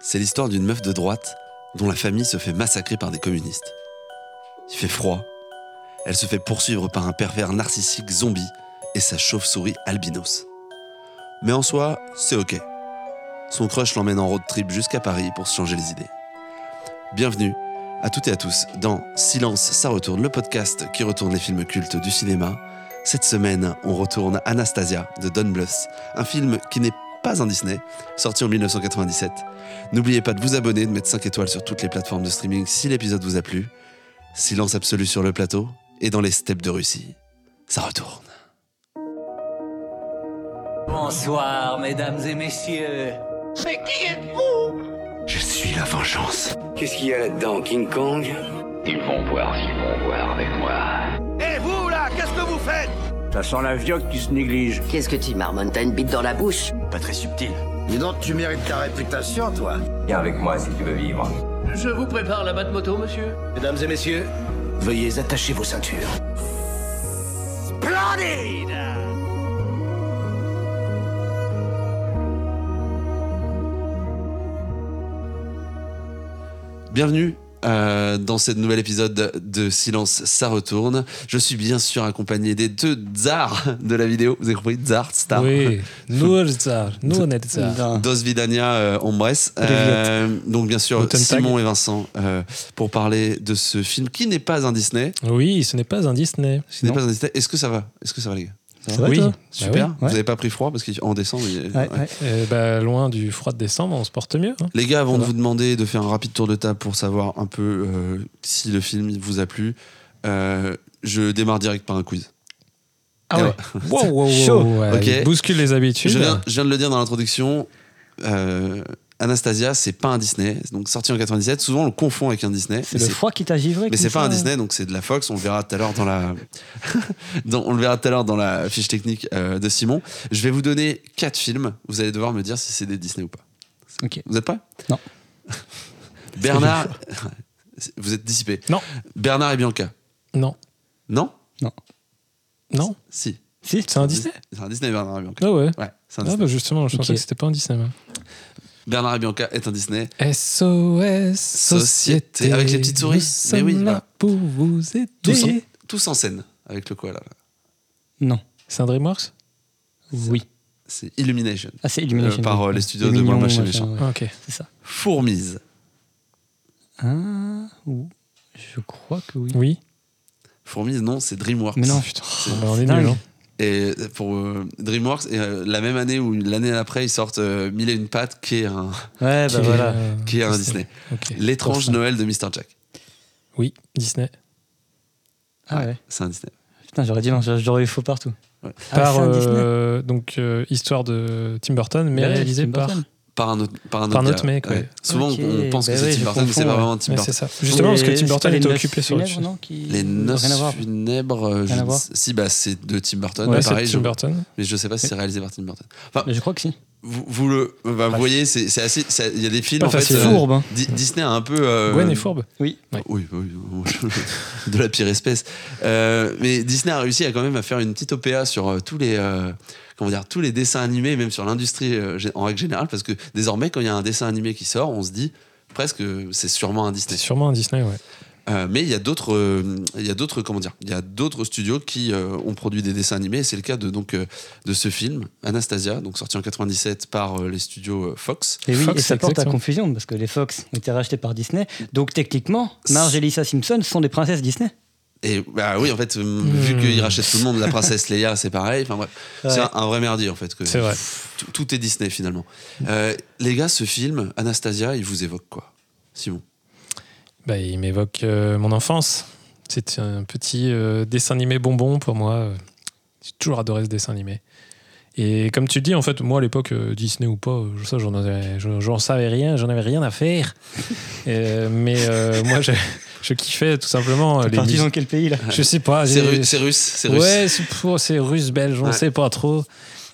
c'est l'histoire d'une meuf de droite dont la famille se fait massacrer par des communistes. Il fait froid. Elle se fait poursuivre par un pervers narcissique zombie et sa chauve-souris albinos. Mais en soi, c'est ok. Son crush l'emmène en road trip jusqu'à Paris pour se changer les idées. Bienvenue à toutes et à tous dans Silence, ça retourne, le podcast qui retourne les films cultes du cinéma. Cette semaine, on retourne Anastasia de Don Bluth, un film qui n'est pas un Disney, sorti en 1997. N'oubliez pas de vous abonner, de mettre 5 étoiles sur toutes les plateformes de streaming si l'épisode vous a plu. Silence absolu sur le plateau et dans les steppes de Russie. Ça retourne. Bonsoir, mesdames et messieurs. Mais qui êtes-vous Je suis la vengeance. Qu'est-ce qu'il y a là-dedans, King Kong Ils vont voir s'ils vont voir avec moi. Et vous là, qu'est-ce que vous faites Ça sent la vioque qui se néglige. Qu'est-ce que tu marmonnes T'as une bite dans la bouche Pas très subtil. Dis donc, tu mérites ta réputation, toi. Viens avec moi si tu veux vivre. Je vous prépare la batte moto, monsieur. Mesdames et messieurs, veuillez attacher vos ceintures. Splendide Bienvenue euh, dans ce nouvel épisode de Silence, ça retourne. Je suis bien sûr accompagné des deux tsars de la vidéo. Vous avez compris Tsar, star. Oui, nous tsar, nous on est tsar. Dos Vidania euh, Ombres. Euh, donc bien sûr, Simon et Vincent euh, pour parler de ce film qui n'est pas un Disney. Oui, ce n'est pas un Disney. Ce n'est pas un Disney. Est-ce que ça va Est-ce que ça va les gars ça va, oui, toi super. Bah oui, ouais. Vous n'avez pas pris froid parce qu'en décembre. Il... Ouais, ouais. Euh, bah, loin du froid de décembre, on se porte mieux. Hein. Les gars, avant ça de va. vous demander de faire un rapide tour de table pour savoir un peu euh, si le film vous a plu, euh, je démarre direct par un quiz. Ah Et ouais. Wow, wow, wow. Okay. Bouscule les habitudes. Je viens, je viens de le dire dans l'introduction. euh, Anastasia, c'est pas un Disney, donc sorti en 97. Souvent, on le confond avec un Disney. C'est le froid qui t'a givré. Mais c'est pas un Disney, donc c'est de la Fox. On le verra tout à l'heure dans la, dans, on le verra tout à l'heure dans la fiche technique euh, de Simon. Je vais vous donner quatre films. Vous allez devoir me dire si c'est des Disney ou pas. Ok. Vous êtes prêts Non. Bernard, vous êtes dissipé. Non. Bernard et Bianca. Non. Non. Non. Non. Si. Si. C'est un Disney. C'est un Disney Bernard et Bianca. Ah ouais. Ouais. Un ah bah justement, je okay. pensais que c'était pas un Disney. Même. Bernard et Bianca est un Disney. SOS Société. Avec les petites souris. Nous Mais oui, voilà. pour vous aider. Tous hein. en, tous en, scène avec le koala. Non. C'est un DreamWorks Oui. C'est Illumination. Ah, c'est Illumination. Euh, par euh, les studios de Blanc Machin Méchant. Ouais. Ah, ok, c'est ça. Fourmise. Ah, je crois que oui. Oui. Fourmise, non, c'est DreamWorks. Mais non, putain. Est... Oh, on est nul, hein. Et pour euh, DreamWorks, et, euh, la même année ou l'année après, ils sortent euh, Mille et une pattes, qui est un, ouais, bah qui est, voilà. euh, qui est un Disney. Okay. L'étrange Noël de Mr. Jack. Oui, Disney. Ah ouais. ouais. C'est un Disney. Putain, j'aurais dit non, j'aurais eu faux partout. Ouais. Ah, par Bah un donc euh, histoire de Bah, Tim Burton, mais réalisée par par un autre, par un par autre, autre mec. Ouais. Ouais. Souvent, okay. on pense bah que c'est oui, Tim Burton, mais c'est pas vraiment Tim Burton. Ça. Justement, parce que Tim Burton était occupé sur le non, qui... Les noces funèbres, je... si, bah, c'est de Tim Burton. Bah, Ouais, pareil, Tim Burton. Je... Mais je sais pas si c'est réalisé par Tim Burton. Enfin, mais je crois que si. Vous, vous le, bah, vous voyez, c'est assez. Il y a des films. Pas en fait, fourbe. Euh, Di Disney a un peu. Euh, Gwen est fourbe. Oui. Ah, Oui, oui, de la pire espèce. Euh, mais Disney a réussi à quand même à faire une petite OPA sur euh, tous les comment dire, tous les dessins animés, même sur l'industrie euh, en règle générale, parce que désormais, quand il y a un dessin animé qui sort, on se dit presque euh, c'est sûrement un Disney. C'est sûrement un Disney, ouais. Euh, mais il y a d'autres, euh, il y a d'autres, comment dire, il y a d'autres studios qui euh, ont produit des dessins animés. C'est le cas de donc euh, de ce film Anastasia, donc sorti en 97 par euh, les studios Fox. Et oui, Fox, et ça porte à confusion parce que les Fox ont été rachetés par Disney. Donc techniquement, Marge et Lisa Simpson sont des princesses Disney. Et bah oui, en fait, mmh. vu qu'ils rachètent tout le monde, la princesse Leia, c'est pareil. Enfin, ouais. C'est un, un, vrai merdier, en fait. Que c'est vrai. Tout, tout, est Disney, finalement. Euh, les gars, ce film, Anastasia, il vous évoque quoi Simon bah, Il m'évoque euh, mon enfance. C'est un petit euh, dessin animé bonbon pour moi. J'ai toujours adoré ce dessin animé. Et comme tu le dis, en fait, moi à l'époque, euh, Disney ou pas, je, ça, j'en, avais, j'en, savais rien, j'en avais rien à faire. Euh, mais euh, moi, je, je, kiffais tout simplement. les parti dans quel pays là Je sais pas. C'est, russe, c'est russe. Ouais, c'est, russe, belge, on ouais. sait pas trop.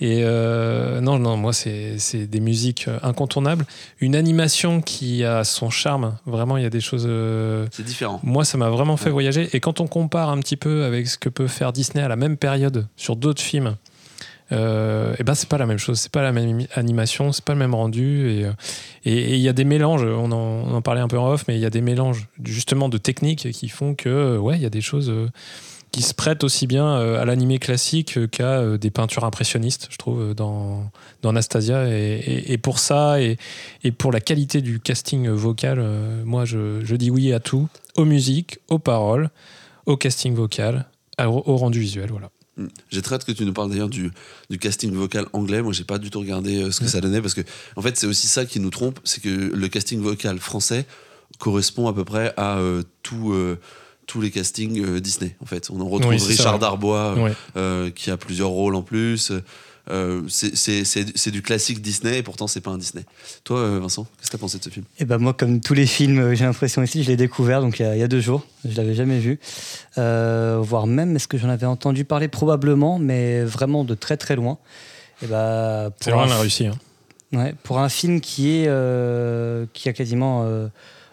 Et euh, non, non, moi, c'est, des musiques euh, incontournables. Une animation qui a son charme. Vraiment, il y a des choses. euh, c'est différent. Moi, ça m'a vraiment fait ouais. voyager. Et quand on compare un petit peu avec ce que peut faire Disney à la même période sur d'autres films, euh, et ben c'est pas la même chose, c'est pas la même animation, c'est pas le même rendu et il et, et y a des mélanges. On en, on en, parlait un peu en off, mais il y a des mélanges justement de techniques qui font que euh, ouais, il y a des choses qui se prêtent aussi bien euh, à l'animé classique qu'à euh, des peintures impressionnistes, je trouve, euh, dans, dans Anastasia. Et, et, et pour ça, et, et, pour la qualité du casting vocal, euh, moi, je, je, dis oui à tout, aux musiques, aux paroles, au casting vocal, au, au rendu visuel, voilà. J'ai très hâte que tu nous parles d'ailleurs du, du, casting vocal anglais. Moi, j'ai pas du tout regardé euh, ce que ouais. ça donnait parce que, en fait, c'est aussi ça qui nous trompe, c'est que le casting vocal français correspond à peu près à euh, tout. Euh, tous les castings euh, Disney en fait. On en retrouve oui, Richard ça, ouais. Darbois euh, ouais. euh, qui a plusieurs rôles en plus. euh, c'est du classique Disney et pourtant c'est pas un Disney. Toi euh, Vincent, qu'est-ce que t'as pensé de ce film Et ben moi comme tous les films, j'ai l'impression ici, je l'ai découvert donc il y, a, il y, a deux jours. Je l'avais jamais vu, Euh, voire même est-ce que j'en avais entendu parler probablement, mais vraiment de très très loin. Eh Et ben c'est loin la Russie. Hein. Ouais, pour un film qui est euh, qui a quasiment euh,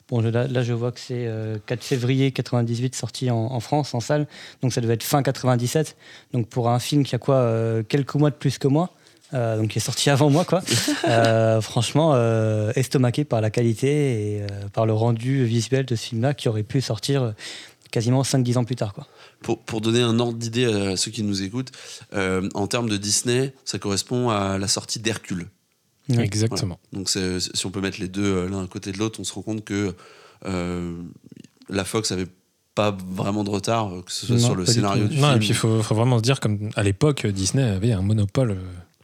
Bon, là, là, je vois que c'est euh, 4 février 98 sorti en, en, France, en salle. Donc ça devait être fin 97. Donc pour un film qui a quoi euh, quelques mois de plus que moi, euh, donc qui est sorti avant moi, quoi. euh, franchement, euh, estomaqué par la qualité et euh, par le rendu visuel de ce film-là qui aurait pu sortir quasiment 5-10 ans plus tard. Quoi. Pour, pour donner un ordre d'idée à ceux qui nous écoutent, euh, en termes de Disney, ça correspond à la sortie d'Hercule. Oui. Exactement. Voilà. Donc si on peut mettre les deux euh, l'un à côté de l'autre, on se rend compte que euh, la Fox avait pas vraiment de retard, euh, que ce soit non, sur le scénario du, non, film. Non, et puis il faut, faut, vraiment se dire, comme à l'époque, euh, Disney avait un monopole. Euh,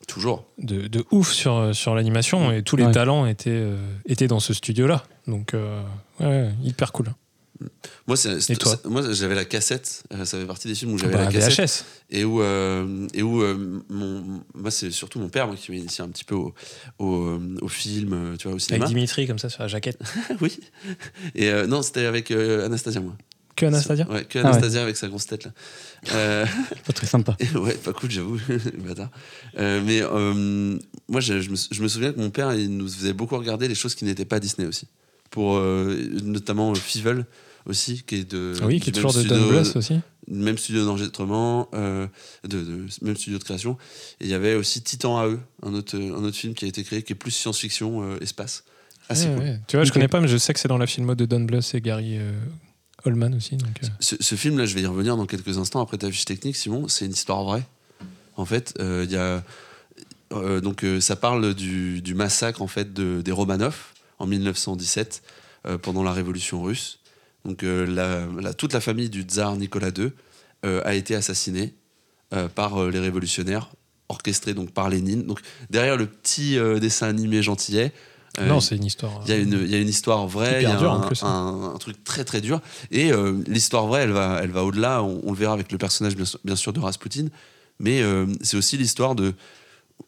Toujours. De, de, ouf sur, euh, sur l'animation et tous les ouais. talents étaient, euh, étaient dans ce studio-là. Donc, euh, ouais, hyper cool. hein. Moi, c est, c est, et toi moi j'avais la cassette, euh, ça fait partie des films où j'avais bah, la cassette. VHS. Et où, euh, et où euh, mon, moi, c'est surtout mon père moi, qui m'a initié un petit peu au, au, euh, au, film, tu vois, au cinéma. Avec Dimitri, comme ça, sur la jaquette. oui. Et euh, non, c'était avec Anastasia, moi. Que Anastasia Ouais, que Anastasia ah ouais. avec sa grosse tête là. Euh... pas très sympa. ouais, pas cool, j'avoue, bâtard. Euh, mais moi, je, je, me, je me souviens que mon père, il nous faisait beaucoup regarder les choses qui n'étaient pas Disney aussi pour euh, notamment Fivel aussi, qui est de. Ah Oui, qui est toujours de Don Bluth aussi. Même studio d'enregistrement, euh, de, de, même studio de création. Et il y avait aussi Titan AE, un autre, un autre film qui a été créé, qui est plus science-fiction, euh, espace. Assez Ah, ouais, cool. ouais. Tu vois, je connais pas, mais je sais que c'est dans la filmo de Don Bluth et Gary euh, Oldman aussi. Donc, euh. ce, ce film-là, je vais y revenir dans quelques instants après ta fiche technique, Simon. C'est une histoire vraie. En fait, euh, il y a. euh, donc, ça parle du, du, massacre en fait de, des Romanov, en 1917 euh, pendant la révolution russe. Donc euh, la, la, toute la famille du tsar Nicolas II euh, a été assassinée euh, par les révolutionnaires, orchestrés donc par Lénine. Donc derrière le petit euh, dessin animé gentillet. euh, non, c'est une histoire. Ah euh, Il y, y, a une histoire vraie, il y a un, hein. un, un, truc très très dur. Et euh, l'histoire vraie, elle va, elle va au-delà. On, on, le verra avec le personnage, bien sûr, bien sûr de Rasputin. Mais euh, c'est aussi l'histoire de.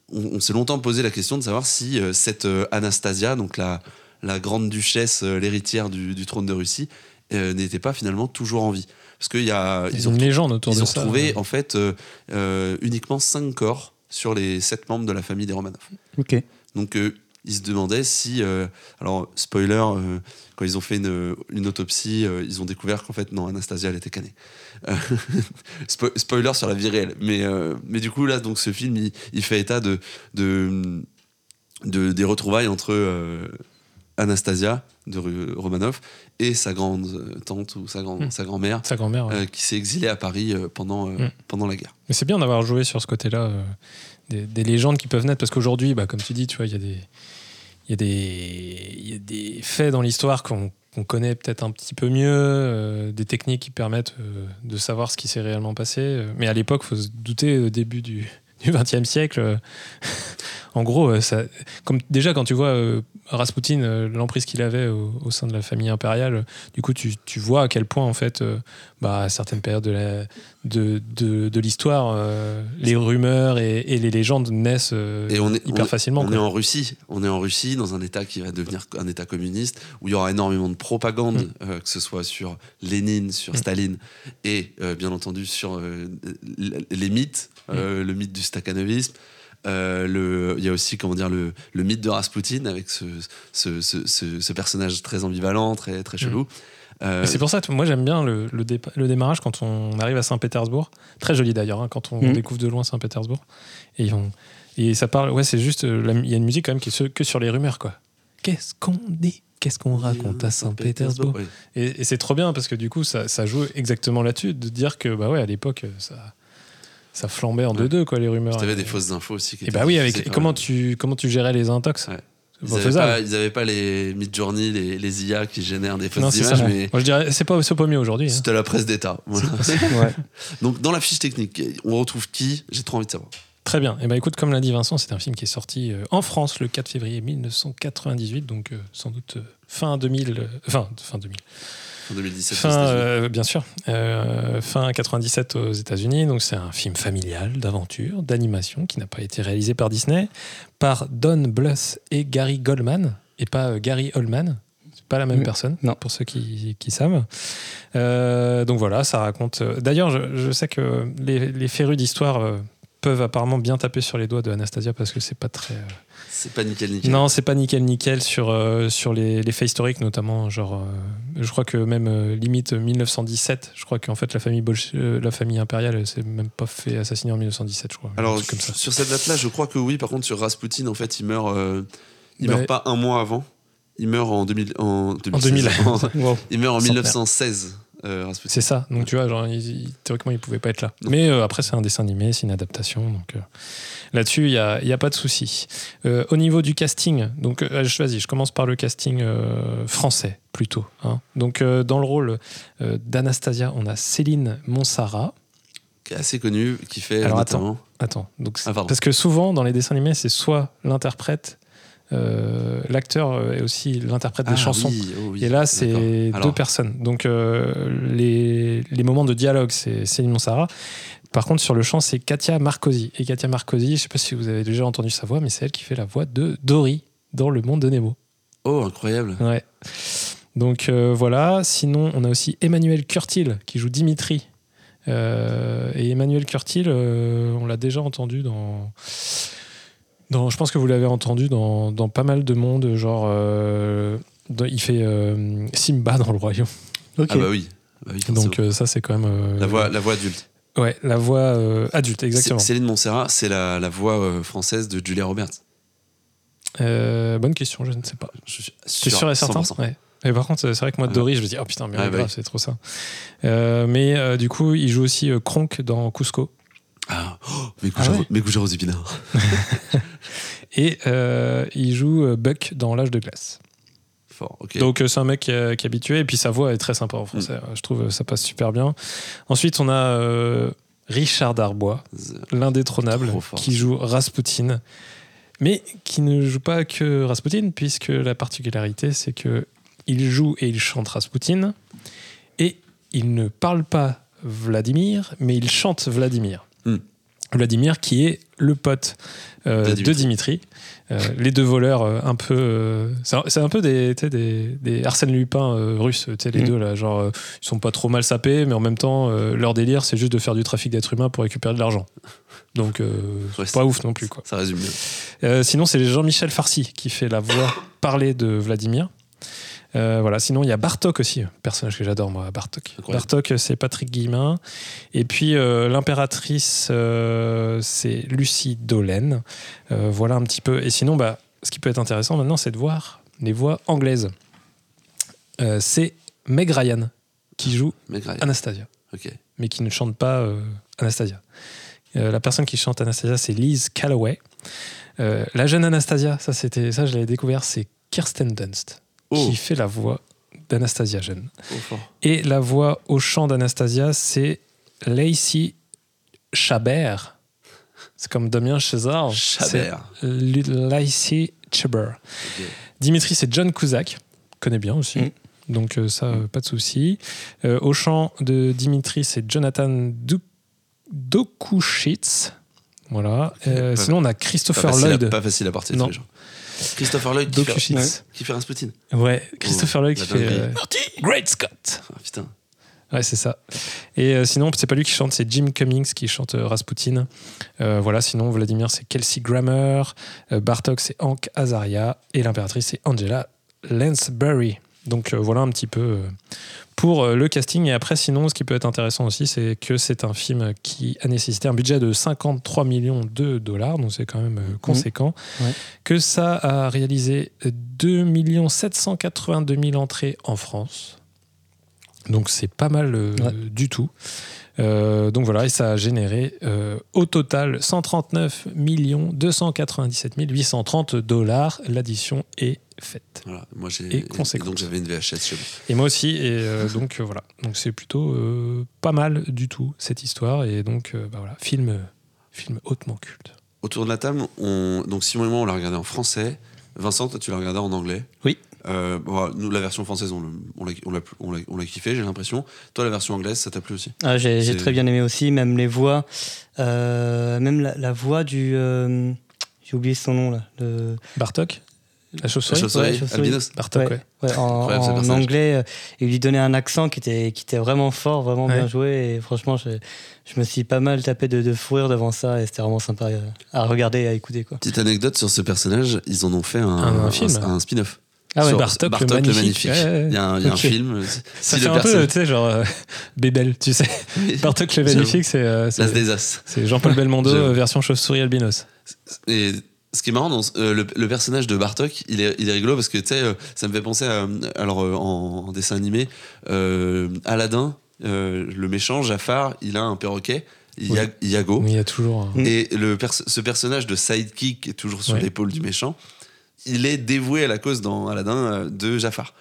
On, on s'est longtemps posé la question de savoir si euh, cette Anastasia, donc la, la grande duchesse, euh, l'héritière du, du, trône de Russie, euh, n'était pas finalement toujours en vie. Parce qu'il y a. Ils ont, une légende autour ils de ont ça, retrouvé, ouais. en fait, euh, euh, uniquement 5 corps sur les 7 membres de la famille des Romanov. Ok. Donc, euh, ils se demandaient si. euh, alors, spoiler, euh, quand ils ont fait une, une autopsie, euh, ils ont découvert qu'en fait, non, Anastasia, elle était canée. Euh, Spo spoiler sur la vie réelle. Mais, euh, mais du coup, là, donc, ce film, il, il fait état de, de, de, des retrouvailles entre. euh, Anastasia de Romanov et sa grande tante ou sa, grand, mmh. sa grand-mère sa grand -mère, ouais. euh, qui s'est exilée à Paris euh, pendant, euh, mmh. pendant la guerre. Mais c'est bien d'avoir joué sur ce côté-là euh, des, des, légendes qui peuvent naître parce qu'aujourd'hui, bah, comme tu dis, tu vois, il y a des il y, a des, y a des faits dans l'histoire qu'on qu connaît peut-être un petit peu mieux, euh, des techniques qui permettent euh, de savoir ce qui s'est réellement passé. Euh, Mais à l'époque, il faut se douter au début du, du XXe siècle. euh, en gros, euh, ça, comme déjà quand tu vois euh, Rasputin, euh, l'emprise qu'il avait au, au, sein de la famille impériale, euh, du coup tu, tu, vois à quel point en fait, bah, à certaines périodes de, la, de, de, de l'histoire, euh, les rumeurs et, et, les légendes naissent et on est, Euh, hyper on, facilement. On quoi. est en Russie, on est en Russie dans un État qui va devenir un État communiste où il y aura énormément de Mm. propagande, mmh. que ce soit sur Lénine, sur mmh. Staline et euh, bien entendu sur euh, les mythes, mmh. Mm. le mythe du stakhanovisme il euh, y a aussi comment dire le, le mythe de Rasputin avec ce, ce, ce, ce personnage très ambivalent, très, très chelou. Mmh. Euh... C'est pour ça que moi j'aime bien le, le, dé, le, démarrage quand on arrive à Saint-Pétersbourg. Très joli d'ailleurs, hein, quand on Mhm. mmh. découvre de loin Saint-Pétersbourg. Et, on, et ça parle, ouais, c'est juste, euh, il y a une musique quand même qui est sur, que sur les rumeurs, quoi. Qu'est-ce qu'on dit Qu'est-ce qu'on raconte à Saint-Pétersbourg oui. Et, et c'est trop bien parce que du coup ça, ça joue exactement là-dessus, de dire que bah ouais, à l'époque ça ça flambait en ouais. deux deux quoi les rumeurs. Tu avais des et... fausses infos aussi. et bah oui, avec comment tu comment tu gérais les intox. Ouais. Ils n'avaient pas, ils pas les mid-journey, les, les, IA qui génèrent des fausses non, images. Ça, mais Moi, je dirais, c'est pas, pas mieux aujourd'hui. C'était hein. la presse d'État. Voilà. ouais. Donc, dans la fiche technique, on retrouve qui J'ai trop envie de savoir. Très bien. Et eh ben, écoute, comme l'a dit Vincent, c'est un film qui est sorti euh, en France le 4 février 1998, donc euh, sans doute euh, fin 2000, fin, fin 2000. En 2017 fin, euh, bien sûr. Euh, fin 97 aux États-Unis. Donc, c'est un film familial d'aventure, d'animation qui n'a pas été réalisé par Disney, par Don Bluth et Gary Goldman, et pas euh, Gary Oldman. C'est pas la même oui. personne, non. pour ceux qui, qui savent. Euh, donc voilà, ça raconte. euh, D'ailleurs, je, je, sais que les, les férus d'histoire euh, peuvent apparemment bien taper sur les doigts de Anastasia parce que c'est pas très. euh, C'est pas nickel nickel. Non, c'est pas nickel nickel sur, euh, sur les, les, faits historiques, notamment. Genre, euh, je crois que même euh, limite 1917, je crois qu'en fait la famille, Bolche, euh, la famille impériale s'est même pas fait assassiner en 1917, je crois. Alors, comme ça. sur cette date-là, je crois que oui. Par contre, sur Rasputin, en fait, il meurt, il bah, meurt pas un mois avant. Il meurt en 2000. En 2000. En 2000. wow. Il meurt en 1916. c'est ça, donc tu vois, genre, il, théoriquement il pouvait pas être là. Non. Mais euh, après, c'est un dessin animé, c'est une adaptation, donc euh, Là-dessus, il n'y a, a, pas de souci. Euh, au niveau du casting, donc euh, vas-y, je commence par le casting euh, français plutôt. Hein. Donc dans le rôle euh, d'Anastasia, on a Céline Monsara. Assez connue, qui fait. Alors notamment... attends, attends. Donc, ah, parce que souvent dans les dessins animés, c'est soit l'interprète. euh, L'acteur est aussi l'interprète des ah, chansons. Oui, oh oui, Et là, c'est Alors... deux personnes. Donc, euh, les, les moments de dialogue, c'est Céline Monsara. Par contre, sur le chant, c'est Katia Marcosi. Et Katia Marcosi, je ne sais pas si vous avez déjà entendu sa voix, mais c'est elle qui fait la voix de Dory dans Le Monde de Nemo. Oh, incroyable. Ouais. Donc euh, voilà. Sinon, on a aussi Emmanuel Curtil qui joue Dimitri. Euh, et Emmanuel Curtil, euh, on l'a déjà entendu dans. dans je pense que vous l'avez entendu dans, dans, pas mal de monde. Genre, euh, dans, il fait euh, Simba dans le royaume. Okay. Ah bah oui. Bah oui Donc euh, ça, c'est quand même. euh, la, voix, la voix adulte. Ouais, la voix euh, adulte, exactement. Céline Montserrat, c'est la, la, voix euh, française de Julia Roberts. Euh, bonne question, je ne sais pas. Je suis sûr, sûr et certain. Ouais. Et par contre, c'est vrai que moi, ah Dory, ouais. je me dis, oh putain, mais ah ouais. c'est trop ça. Euh, mais du coup, il joue aussi euh, Kronk dans Cusco. Ah, oh, mes goujères aux épinards. et euh, il joue Buck dans L'âge de glace. Fort, okay. Donc euh, c'est un mec qui, est habitué et puis sa voix est très sympa en français. Mmh. Je trouve ça passe super bien. Ensuite on a euh, Richard Darbois, l'indétrônable, qui joue Rasputin, mais qui ne joue pas que Rasputin puisque la particularité c'est que il joue et il chante Rasputin et il ne parle pas Vladimir, mais il chante Vladimir. Mmh. Vladimir qui est le pote euh, Hmm. de Dimitri. Euh, les deux voleurs euh, un peu c'est un peu des, des, des Arsène Lupin russes les mmh. deux là genre ils sont pas trop mal sapés mais en même temps euh, leur délire c'est juste de faire du trafic d'êtres humains pour récupérer de l'argent donc ouais, pas ouf non plus quoi Euh, ça résume bien sinon c'est Jean-Michel Farcy qui fait la voix parlée de Vladimir euh, voilà. Sinon, il y a Bartok aussi, personnage que j'adore moi, Bartok. Bartok, euh, c'est Patrick Guillemin. Et puis euh, l'impératrice, euh, c'est Lucie Dolène. Euh, voilà un petit peu. Et sinon, bah, ce qui peut être intéressant maintenant, c'est de voir les voix anglaises. Euh, c'est Meg Ryan qui joue Ryan. Anastasia, okay. mais qui ne chante pas euh, Anastasia. Euh, la personne qui chante Anastasia, c'est Liz Calloway. Euh, la jeune Anastasia, ça c'était ça, je l'avais découvert, c'est Kirsten Dunst. Oh. qui fait la voix d'Anastasia Jeune. Oh, et la voix au chant d'Anastasia, c'est Lacey Chabert. C'est comme Damien César. Chabert. Lacey Chabert. Okay. Dimitri, c'est John Kuzak. Connais bien aussi. Mm. Donc euh, ça, mm. pas de souci. Euh, au chant de Dimitri, c'est Jonathan Dokushitz. Voilà. Euh, sinon, on a Christopher pas Lloyd. À, pas facile à porter, non. Christopher Lloyd qui fait, ouais. qui fait, Rasputin. Ouais, Christopher Lloyd oh, qui fait euh, Great Scott. Ah, putain. Ouais, c'est ça. Et euh, sinon, c'est pas lui qui chante, c'est Jim Cummings qui chante euh, Rasputin. Euh, voilà, sinon, Vladimir, c'est Kelsey euh, Grammer. Bartok, c'est Hank Azaria. Et l'impératrice, c'est Angela Lansbury. Donc euh, voilà un petit peu euh, pour euh, le casting. Et après, sinon, ce qui peut être intéressant aussi, c'est que c'est un film qui a nécessité un budget de 53 millions de dollars, donc c'est quand même euh, conséquent. Mmh. Ouais. Que ça a réalisé 2 782 000 entrées en France. Donc c'est pas mal ouais. du tout. Euh, donc voilà, et ça a généré euh, au total 139 297 830 dollars. L'addition est faite. Voilà, moi j'ai donc j'avais une VHS chez moi. Et moi aussi, et euh, donc voilà, donc c'est plutôt euh, pas mal du tout cette histoire et donc bah voilà, film film hautement culte. Autour de la table, on, donc Simon et moi on l'a regardé en français. Vincent, toi tu l'as regardé en anglais. Oui. Euh, bon, nous, la version française, on l'a kiffé, j'ai l'impression. Toi, la version anglaise, ça t'a plu aussi ah, J'ai ai très bien aimé aussi, même les voix, euh, même la, la, voix du. Euh, j'ai oublié son nom là. Le... Bartok la chauve-souris, ouais, la chauve Albinos. Bartok, ouais. Ouais, en, en anglais, euh, il lui donnait un accent qui était, qui était vraiment fort, vraiment bien joué. Et franchement, je, je, me suis pas mal tapé de, de fou rire devant ça. Et c'était vraiment sympa euh, à regarder et à écouter. Quoi. Petite anecdote sur ce personnage, ils en ont fait un, un, un, un spin-off. Ah ouais, Bartok, Bartok, le magnifique. Le magnifique. Ouais, ouais. Il y a un, il y a okay. un film. euh, Ça si fait un personne... peu, tu sais, genre euh, Bébel, tu sais. Bartok le magnifique, c'est. Euh, L'As des As. C'est Jean-Paul Belmondo, euh, version chauve-souris albinos. Et ce qui est marrant, dans, le, le, personnage de Bartok, il est, il est rigolo parce que, tu sais, euh, ça me fait penser à. Alors, euh, en, en, dessin animé, euh, Aladdin, euh, le méchant, Jafar, il a un perroquet. Oui. Iago. Il y a toujours. Un... Et le pers ce personnage de sidekick est toujours sur l'épaule du méchant il est dévoué à la cause dans Aladdin euh, de Jafar.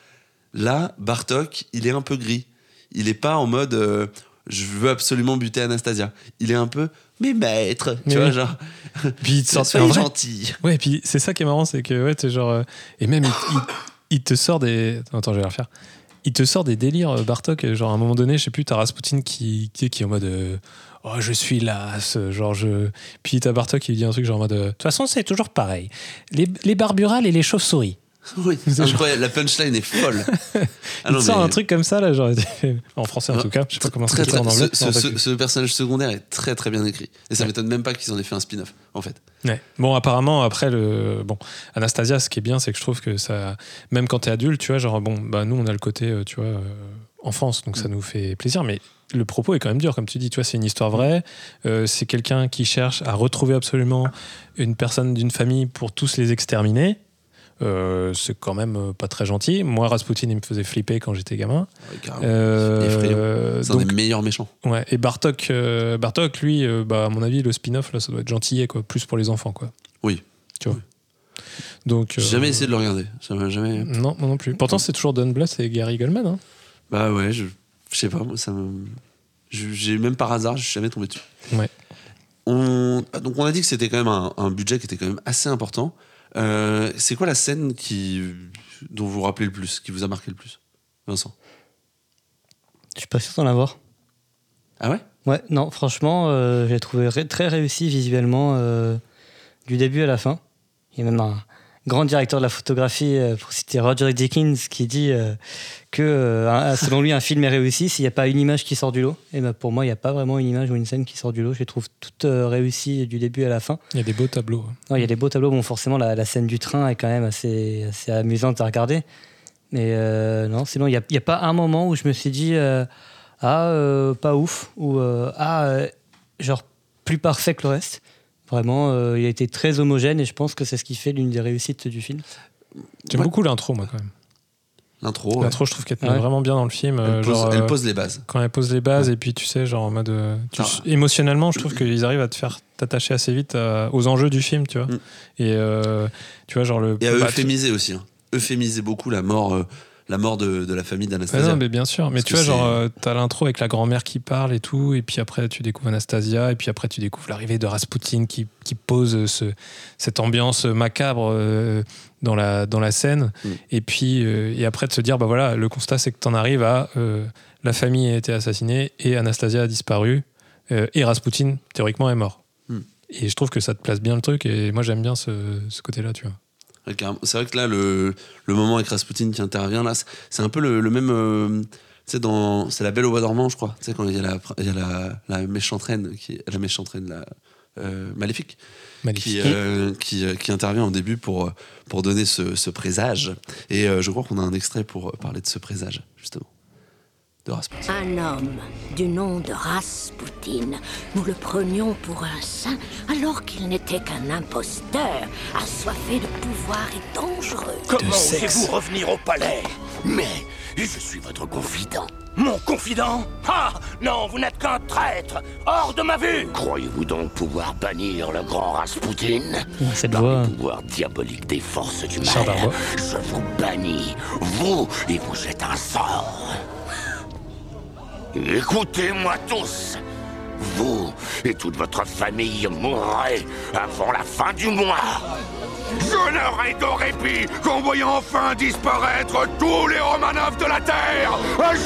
Là, Bartok, il est un peu gris. Il n'est pas en mode euh, je veux absolument buter Anastasia. Il est un peu mais maître, tu mais vois, oui. genre. Puis il te sort pas gentil. Ouais, puis c'est ça qui est marrant, c'est que ouais, es genre. Euh, et même, il, il, il, te sort des. Attends, je vais la refaire. Il te sort des délires, euh, Bartok. Genre, à un moment donné, je sais plus, t'as Rasputin qui, qui, qui, est en mode. Euh, oh je suis là ce genre je puis t'as Bartok qui dit un truc genre en mode euh, de toute façon c'est toujours pareil les, les barburales et les chauves-souris oui, incroyable, la punchline est folle. Ah non, il sort mais... Ah, un truc comme ça, là, genre, en français en tout cas, je sais pas comment c'est en anglais. Ce, ce, ce, personnage secondaire est très très bien écrit. Et ça ouais. m'étonne même pas qu'ils en aient fait un spin-off, en fait. Ouais. Bon, apparemment, après, le... bon, Anastasia, ce qui est bien, c'est que je trouve que ça, même quand t'es adulte, tu vois, genre, bon, bah, nous, on a le côté, tu vois, euh, enfance, donc Mm. ça nous fait plaisir, mais le propos est quand même dur, comme tu dis, tu vois, c'est une histoire vraie, euh, c'est quelqu'un qui cherche à retrouver absolument une personne d'une famille pour tous les exterminer. Euh, c'est quand même pas très gentil. Moi, Rasputin, il me faisait flipper quand j'étais gamin. Ah Ouais, euh, c'est un des meilleurs méchants. Ouais, et Bartok, euh, Bartok lui, bah, à mon avis, le spin-off, là, ça doit être gentillet, quoi, plus pour les enfants. Quoi. Oui. Tu vois. Oui. Donc, euh, J'ai jamais essayé de le regarder. Jamais... Non, moi non plus. Pourtant, c'est toujours Don Bluth et Gary Goldman. Hein. Bah ouais, je, je sais pas, moi, ça me. J'ai même par hasard, je suis jamais tombé dessus. Ouais. On, ah, donc on a dit que c'était quand même un, un, budget qui était quand même assez important. Euh, c'est quoi la scène qui, dont vous vous rappelez le plus, qui vous a marqué le plus, Vincent Je suis pas sûr d'en avoir. Ah ouais Ouais, non, franchement, euh, j'ai trouvé ré très réussi visuellement euh, du début à la fin. Il y a même un, grand directeur de la photographie, euh, pour citer Roger Dickens, qui dit euh, que euh, selon lui, un film est réussi s'il n'y a pas une image qui sort du lot. Et ben pour moi, il n'y a pas vraiment une image ou une scène qui sort du lot. Je les trouve toutes euh, réussies du début à la fin. Il y a des beaux tableaux. Non, il y a des beaux tableaux. Bon, forcément, la, la, scène du train est quand même assez, assez amusante à regarder. Mais euh, non, sinon, il n'y a, a, pas un moment où je me suis dit euh, Ah, pas ouf, ou Ah, genre plus parfait que le reste. Vraiment, euh, il a été très homogène et je pense que c'est ce qui fait l'une des réussites du film. J'aime ouais. beaucoup l'intro, moi, quand même. L'intro. L'intro, ouais. je trouve qu'elle est ouais. vraiment bien dans le film. euh, Elle, pose, genre, elle pose les bases. Quand elle pose les bases, et puis tu sais, genre en mode. euh, Tu, émotionnellement, je trouve qu'ils arrivent à te faire t'attacher assez vite à, aux enjeux du film, tu vois. Mm. Et euh, tu vois, genre le. bah, Et à euphémiser aussi. Hein. Euphémiser beaucoup la mort. Euh la mort de, de la famille d'Anastasia. Ah non, mais bien sûr. Mais Parce tu vois, genre, euh, t'as l'intro avec la grand-mère qui parle et tout, et puis après, tu découvres Anastasia, et puis après, tu découvres l'arrivée de Rasputin qui, qui pose euh, ce, cette ambiance macabre euh, dans, la, dans la scène. Mm. Et puis, euh, et après, de se dire, bah voilà, le constat, c'est que t'en arrives à euh, la famille a été assassinée, et Anastasia a disparu, euh, et Rasputin, théoriquement, est mort. Mm. Et je trouve que ça te place bien le truc, et moi, j'aime bien ce, ce côté-là, tu vois. C'est vrai que là, le, le, moment avec Rasputin qui intervient, là, c'est un peu le, le même. Euh, tu sais, c'est la Belle au Bois dormant, je crois. Tu sais, quand il y a la, il y a la, la méchante reine, qui, la méchante reine, la, euh, Maléfique, Maléfique. Qui, euh, euh, qui, qui, intervient en début pour, pour donner ce, ce présage. Et euh, je crois qu'on a un extrait pour euh, parler de ce présage, justement. De Rasputin. Un homme du nom de Rasputin, nous le prenions pour un saint alors qu'il n'était qu'un imposteur, assoiffé de pouvoir et dangereux. Comment osez-vous revenir au palais Mais je suis votre confident. Mon confident Ah Non, vous n'êtes qu'un traître Hors de ma vue Croyez-vous donc pouvoir bannir le grand Rasputin Cette Par voix. le pouvoir diabolique des forces du mal, je vous bannis, vous, et vous jette un sort. Écoutez-moi tous Vous et toute votre famille mourrez avant la fin du mois Je n'aurai qu'au répit qu'en voyant enfin disparaître tous les Romanov de la Terre À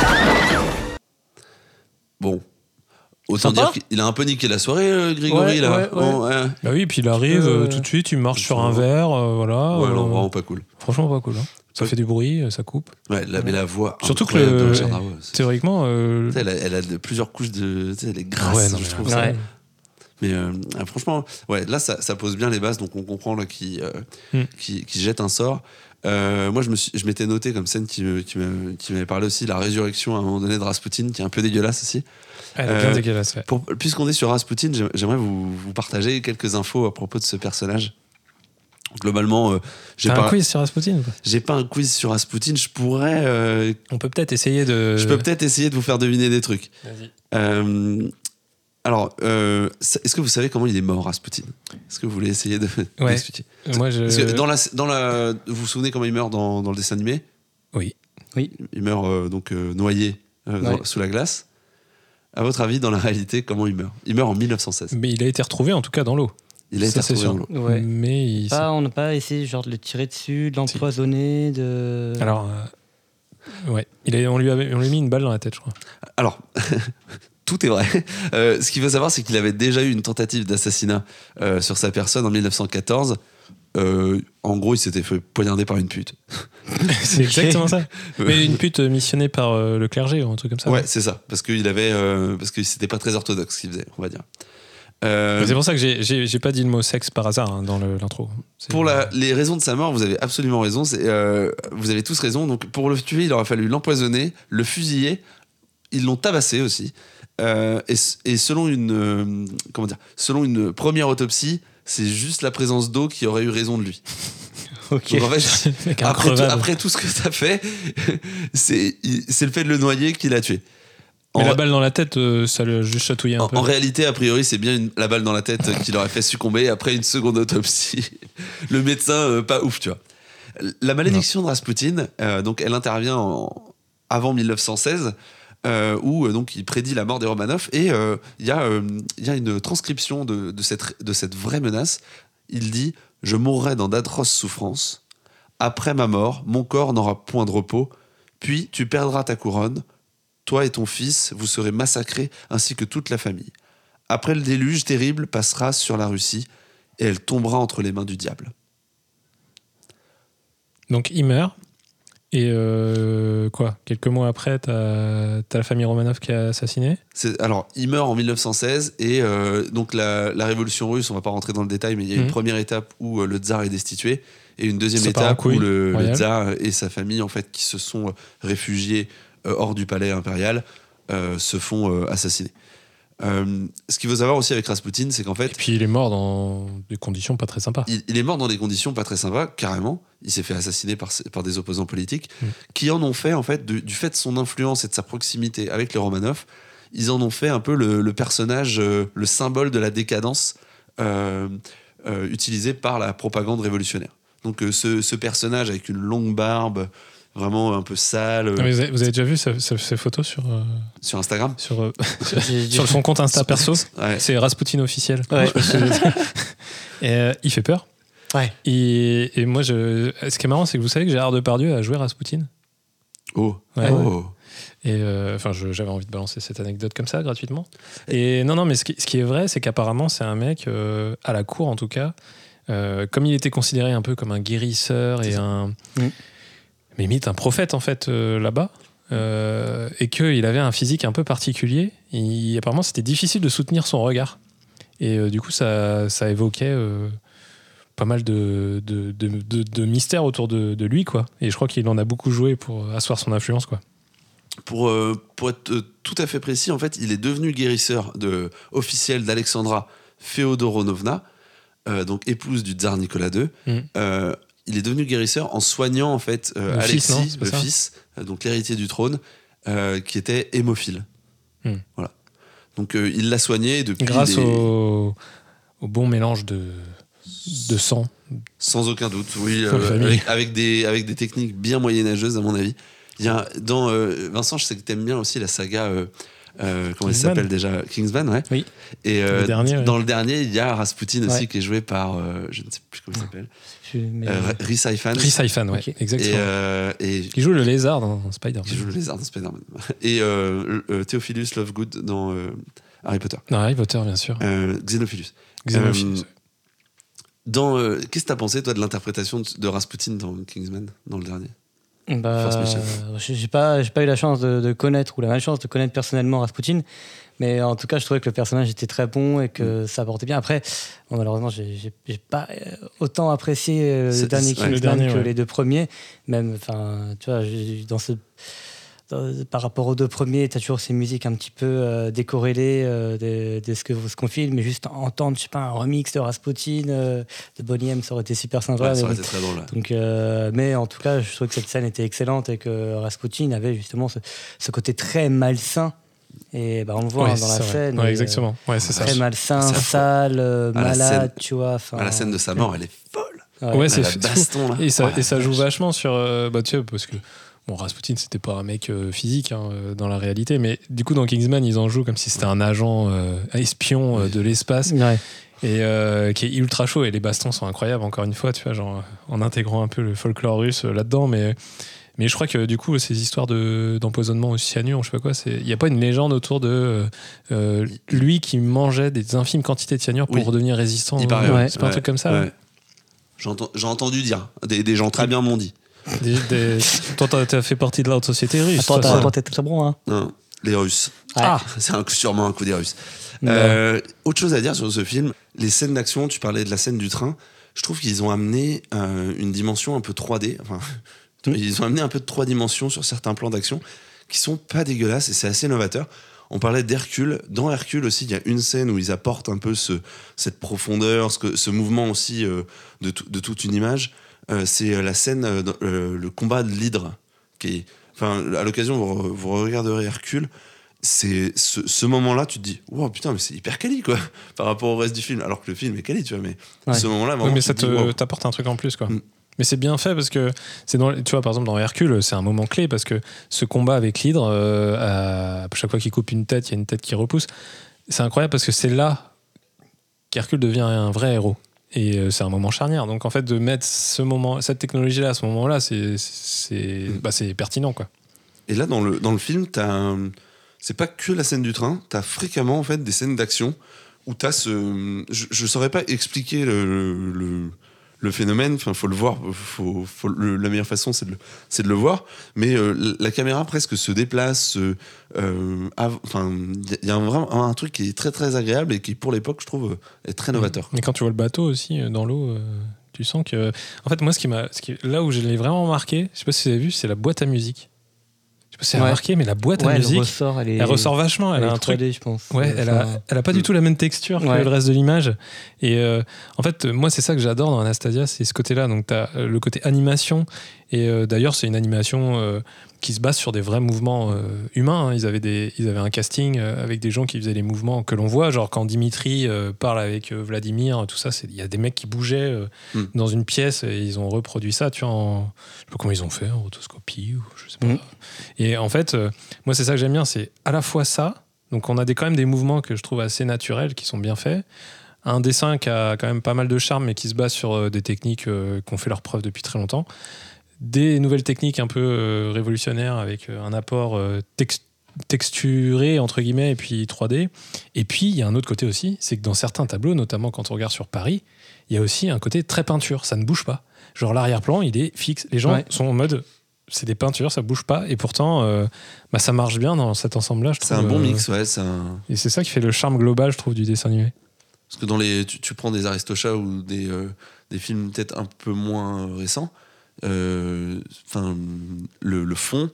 jamais Bon. Autant dire qu'il a un peu niqué la soirée, euh, Grégory, ouais, là. Ouais, bon, ouais. Bah oui, puis il arrive euh, tout de suite, il marche sur un verre, euh, voilà. Ouais, non, vraiment pas cool. Franchement, pas cool. hein. Ça fait du bruit, ça coupe. Ouais, la, mais la voix. Surtout que incroyable le- de Richard Darrow, c'est- Théoriquement, euh, Ah Tu sais, elle, a, elle a de- plusieurs couches de. tu sais, Elle est grasse, Ouais, non, je mais trouve ouais. ça. Ouais. Mais euh, ah, franchement, ouais, là, ça, ça pose bien les bases, donc on comprend là, qui, euh, Hmm. qui, qui jette un sort. Euh, moi, je me suis- je m'étais noté comme scène qui, me- qui me- qui m'avait parlé aussi, la résurrection à un moment donné de Rasputin, qui est un peu dégueulasse aussi. elle est bien Euh, dégueulasse. ouais. Pour- Puisqu'on est sur Rasputin, j'ai- j'aimerais vous, vous partager quelques infos à propos de ce personnage. Globalement, euh, j'ai T'as pas, un quiz sur Rasputin ou pas j'ai pas un quiz sur Rasputin. Je pourrais, euh, On peut peut-être essayer de. je peux peut-être essayer de vous faire deviner des trucs. Vas-y. Euh, alors, euh, ça- est-ce que vous savez comment il est mort, Rasputin Est-ce que vous voulez essayer de Ouais. Euh, d'expliquer Moi, Parce je. que dans la, dans la, vous vous souvenez comment il meurt dans, dans le dessin animé Oui. Oui. Il meurt euh, donc euh, noyé euh, dans- Ouais. sous la glace. À votre avis, dans la réalité, comment il meurt Il meurt en 1916. Mais il a été retrouvé en tout cas dans l'eau. Il a été Ça, c'est retrouvé sûr. dans l'eau. Ouais. Mais il- Pas- on n'a pas essayé genre, de le tirer dessus, de l'empoisonner, de. Alors, euh, ouais, il a- on, lui avait- on lui a mis une balle dans la tête, je crois. Alors, tout est vrai. Euh, ce qu'il faut savoir, c'est qu'il avait déjà eu une tentative d'assassinat euh, sur sa personne en 1914. Euh, en gros, il s'était fait poignarder par une pute. c'est exactement ça. Mais une pute missionnée par euh, le clergé ou un truc comme ça. ouais, c'est ça. Parce qu'il avait, euh, parce que c'était pas très orthodoxe ce qu'il faisait, on va dire. Mais Euh, C'est pour ça que j'ai- j'ai j'ai pas dit le mot sexe par hasard hein, dans le- l'intro. C'est- pour la- les raisons de sa mort, vous avez absolument raison. c'est, euh, vous avez tous raison. Donc pour le tuer, il aurait fallu l'empoisonner, le fusiller. Ils l'ont tabassé aussi. Euh, et, s- et selon une euh, comment dire, selon une première autopsie, c'est juste la présence d'eau qui aurait eu raison de lui. Ok. Donc, en fait, Mec après, tout, increvable. après tout ce que t'as fait, c'est il- c'est le fait de le noyer qui l'a tué. Mais En- la balle dans la tête, euh, ça le juste chatouillé un En, peu. en réalité, a priori, c'est bien une- la balle dans la tête qui leur a fait succomber après une seconde autopsie. Le médecin, euh, pas ouf, tu vois. La malédiction de Rasputin, euh, donc, elle intervient en- avant 1916, euh, où euh, donc il prédit la mort des Romanov. Et euh, il y, a, euh, il y a une transcription de, de cette, de cette vraie menace. Il dit Je mourrai dans d'atroces souffrances. Après ma mort, mon corps n'aura point de repos. Puis tu perdras ta couronne. Toi et ton fils, vous serez massacrés ainsi que toute la famille. Après le déluge terrible passera sur la Russie et elle tombera entre les mains du diable. Donc il meurt. Et euh, quoi Quelques mois après, t'as t'as la famille Romanov qui a assassiné. C'est- Alors, il meurt en 1916 et euh, donc la, la révolution russe, on va pas rentrer dans le détail, mais il y a une Mhm. première étape où euh, le tsar est destitué et une deuxième Ça part en étape où couille, le, le royal. tsar et sa famille, en fait, qui se sont euh, réfugiés euh, hors du palais impérial, euh, se font euh, assassiner. Euh, ce qu'il faut savoir aussi avec Rasputin, c'est qu'en fait, Et puis il est mort dans des conditions pas très sympas. il, il est mort dans des conditions pas très sympas, carrément. Il s'est fait assassiner par, par des opposants politiques Mm. qui en ont fait, en fait, du, du fait de son influence et de sa proximité avec les Romanov, ils en ont fait un peu le, le personnage, euh, le symbole de la décadence euh, euh, utilisé par la propagande révolutionnaire. Donc euh, ce, ce personnage avec une longue barbe, vraiment un peu sale, euh, Non, Ah, mais vous, avez, vous avez déjà vu ce- ce- ces photos sur, euh, sur Instagram. sur, euh, J'ai- sur son compte Insta perso Ouais. C'est Rasputin officiel. Ouais. et euh, il fait peur. Ouais. Et, et moi, je, ce qui est marrant, c'est que vous savez que Gérard Depardieu a joué Rasputin. Oh. Ouais. Oh. Et euh, enfin, je- j'avais envie de balancer cette anecdote comme ça, gratuitement. Et non, non, mais ce qui, ce qui est vrai, c'est qu'apparemment, c'est un mec, euh, à la cour en tout cas, euh, comme il était considéré un peu comme un guérisseur et un. Mm. Mais limite un prophète, en fait, euh, là-bas. euh, et qu'il avait un physique un peu particulier, il, apparemment c'était difficile de soutenir son regard. Et euh, du coup, ça, ça évoquait euh, pas mal de, de, de, de, de mystères autour de, de, lui, quoi. Et je crois qu'il en a beaucoup joué pour asseoir son influence, quoi. Pour, euh, pour être tout à fait précis, en fait, il est devenu guérisseur de, officiel d'Alexandra Féodorovna, donc épouse du tsar Nicolas II, mmh il est devenu guérisseur en soignant en fait euh, le Alexis, fils, le fils, euh, donc l'héritier du trône, euh, qui était hémophile. Hmm. Voilà. Donc euh, il l'a soigné depuis. Grâce des... au... au... bon mélange de... de sang. Sans aucun doute, oui. euh, Avec, avec, des, avec des techniques bien moyenâgeuses, à mon avis. Il y a, dans, euh, Vincent, je sais que t'aimes bien aussi la saga. Euh, comment il s'appelle déjà Kingsman, ouais. Oui. Et euh, le dernier, dans oui. le dernier, il y a Rasputin ouais. aussi qui est joué par, euh, je ne sais plus comment il s'appelle, mais... Euh, Rhys Ifan. Rhys Ifan, ouais, okay. exactement. Et, et, qui joue le lézard dans Spider-Man. Qui euh, joue le lézard dans Spider-Man. Et euh, Theophilus Lovegood dans euh, Harry Potter. Dans Harry Potter, bien sûr. Xenophilus. Xenophilus. Euh, dans, euh, qu'est-ce que t'as pensé toi de l'interprétation de Rasputin dans Kingsman, dans le dernier bah, j'ai pas, j'ai pas eu la chance de, de, connaître ou la malchance de connaître personnellement Rasputin, mais en tout cas, je trouvais que le personnage était très bon et Mm. que mmh. ça apportait bien. Après, bon, malheureusement, j'ai, pas euh, autant apprécié euh, le dernier Kingsman le dernier, que ouais. les deux premiers. Même, enfin, tu vois, dans ce dans, par rapport aux deux premiers, tu as toujours ces musiques un petit peu euh, décorrélées euh, de, de, ce que ce qu'on filme, mais juste entendre, je sais pas, un remix de Rasputin, euh, de Bonnie M, ça aurait été super sympa. Ouais, Ah, ça aurait été très drôle. Donc, euh, mais en tout cas, je trouve que cette scène était excellente et que Rasputin avait justement ce, ce côté très malsain. Et bah, on le voit ouais, hein, dans la vrai. scène. Ouais, exactement. très ça. malsain, sale, euh, malade, scène, tu vois. À Ah, la scène de sa mort, elle est folle. Ouais, c'est hein. baston, là. Et ça, et ça joue vachement sur. bah, tu vois, parce que. Bon, Rasputin, c'était pas un mec euh, physique hein, euh, dans la réalité, mais du coup, dans Kingsman, ils en jouent comme si c'était un agent euh, espion de l'espace. Ouais. Et euh, qui est ultra chaud, et les bastons sont incroyables, encore une fois, tu vois, genre, en intégrant un peu le folklore russe euh, là-dedans. Mais, mais je crois que du coup, ces histoires d'empoisonnement de, au cyanure, je sais pas quoi, il n'y a pas une légende autour de euh, lui qui mangeait des infimes quantités de cyanure pour oui. devenir résistant. euh, Il paraît, ouais. hein. C'est pas un ouais. truc comme ça. hein. Ah. J'ai ent entendu dire, des, des gens très bien m'ont dit. Des, des... Toi, t'as fait partie de la haute société russe. Attends, toi, t'es très bon, hein non, les Russes. Ah, ah C'est sûrement un coup des Russes. Euh, autre chose à dire sur ce film, les scènes d'action, tu parlais de la scène du train, je trouve qu'ils ont amené euh, une dimension un peu 3D. Enfin, mm. ils ont amené un peu de 3 dimensions sur certains plans d'action qui sont pas dégueulasses et c'est assez novateur. On parlait d'Hercule. Dans Hercule aussi, il y a une scène où ils apportent un peu ce, cette profondeur, ce, ce mouvement aussi euh, de, de toute une image. Euh, c'est la scène, euh, euh, le combat de l'hydre. Qui enfin, à l'occasion, vous, vous, regarderez Hercule. C'est ce, ce moment-là, tu te dis, wow, putain, mais c'est hyper quali, quoi, par rapport au reste du film. Alors que le film est quali, tu vois, mais ouais. ce moment-là, oui, mais ça t'apporte wow. un truc en plus, quoi. Mm. Mais c'est bien fait parce que c'est dans, tu vois, par exemple, dans Hercule, c'est un moment clé parce que ce combat avec l'hydre, euh, à chaque fois qu'il coupe une tête, il y a une tête qui repousse. C'est incroyable parce que c'est là qu'Hercule devient un vrai héros et euh, c'est un moment charnière. Donc en fait, de mettre ce moment, cette technologie-là à ce moment-là, c'est c'est bah, pertinent quoi. Et là, dans le dans le film, c'est pas que la scène du train. T'as fréquemment en fait des scènes d'action où t'as ce, je, je, saurais pas expliquer le, le, le phénomène. Enfin, faut le voir. Faut, faut le, la meilleure façon, c'est de c'est de le voir. Mais euh, la caméra presque se déplace. Euh, enfin, il y a un, vraiment un truc qui est très très agréable et qui pour l'époque, je trouve, est très novateur. Mais quand tu vois le bateau aussi euh, dans l'eau. Tu sens que. En fait, moi, ce qui m'a. Là où je l'ai vraiment marqué, je sais pas si vous avez vu, c'est la boîte à musique. Je sais pas si elle a ouais. marqué, mais la boîte ouais, à elle musique, ressort, elle, est... elle, ressort vachement. Elle, elle a est un 3D, truc, je pense. Ouais, elle, a, elle a pas du tout la même texture que ouais. le reste de l'image. Et euh, en fait, moi, c'est ça que j'adore dans Anastasia, c'est ce côté-là. Donc, tu as le côté animation. Et euh, d'ailleurs, c'est une animation euh, qui se base sur des vrais mouvements humains. Hein. Ils, avaient des, ils avaient un casting euh, avec des gens qui faisaient les mouvements que l'on voit. Genre, quand Dimitri euh, parle avec Vladimir, tout ça, il y a des mecs qui bougeaient mm. dans une pièce et ils ont reproduit ça. Tu vois, en, je sais pas comment ils ont fait, en rotoscopie ou je sais pas. Mm. Et et en fait, euh, moi, c'est ça que j'aime bien, c'est à la fois ça, donc on a des, quand même des mouvements que je trouve assez naturels, qui sont bien faits, un dessin qui a quand même pas mal de charme, mais qui se base sur euh, des techniques euh, qu'on fait leur preuve depuis très longtemps, des nouvelles techniques un peu euh, révolutionnaires avec euh, un apport tex texturé entre guillemets et puis 3D et puis il y a un autre côté aussi c'est que dans certains tableaux notamment quand on regarde sur Paris il y a aussi un côté très peinture ça ne bouge pas genre l'arrière-plan il est fixe les gens ouais. sont en mode c'est des peintures, ça bouge pas, et pourtant, euh, bah, ça marche bien dans cet ensemble-là. je C'est trouve, un bon euh, mix, ouais. c'est un- Et c'est ça qui fait le charme global, je trouve, du dessin animé. Parce que dans les, tu, tu prends des Aristochats ou des, euh, des films peut-être un peu moins euh, récents, euh, 'fin, le, le fond,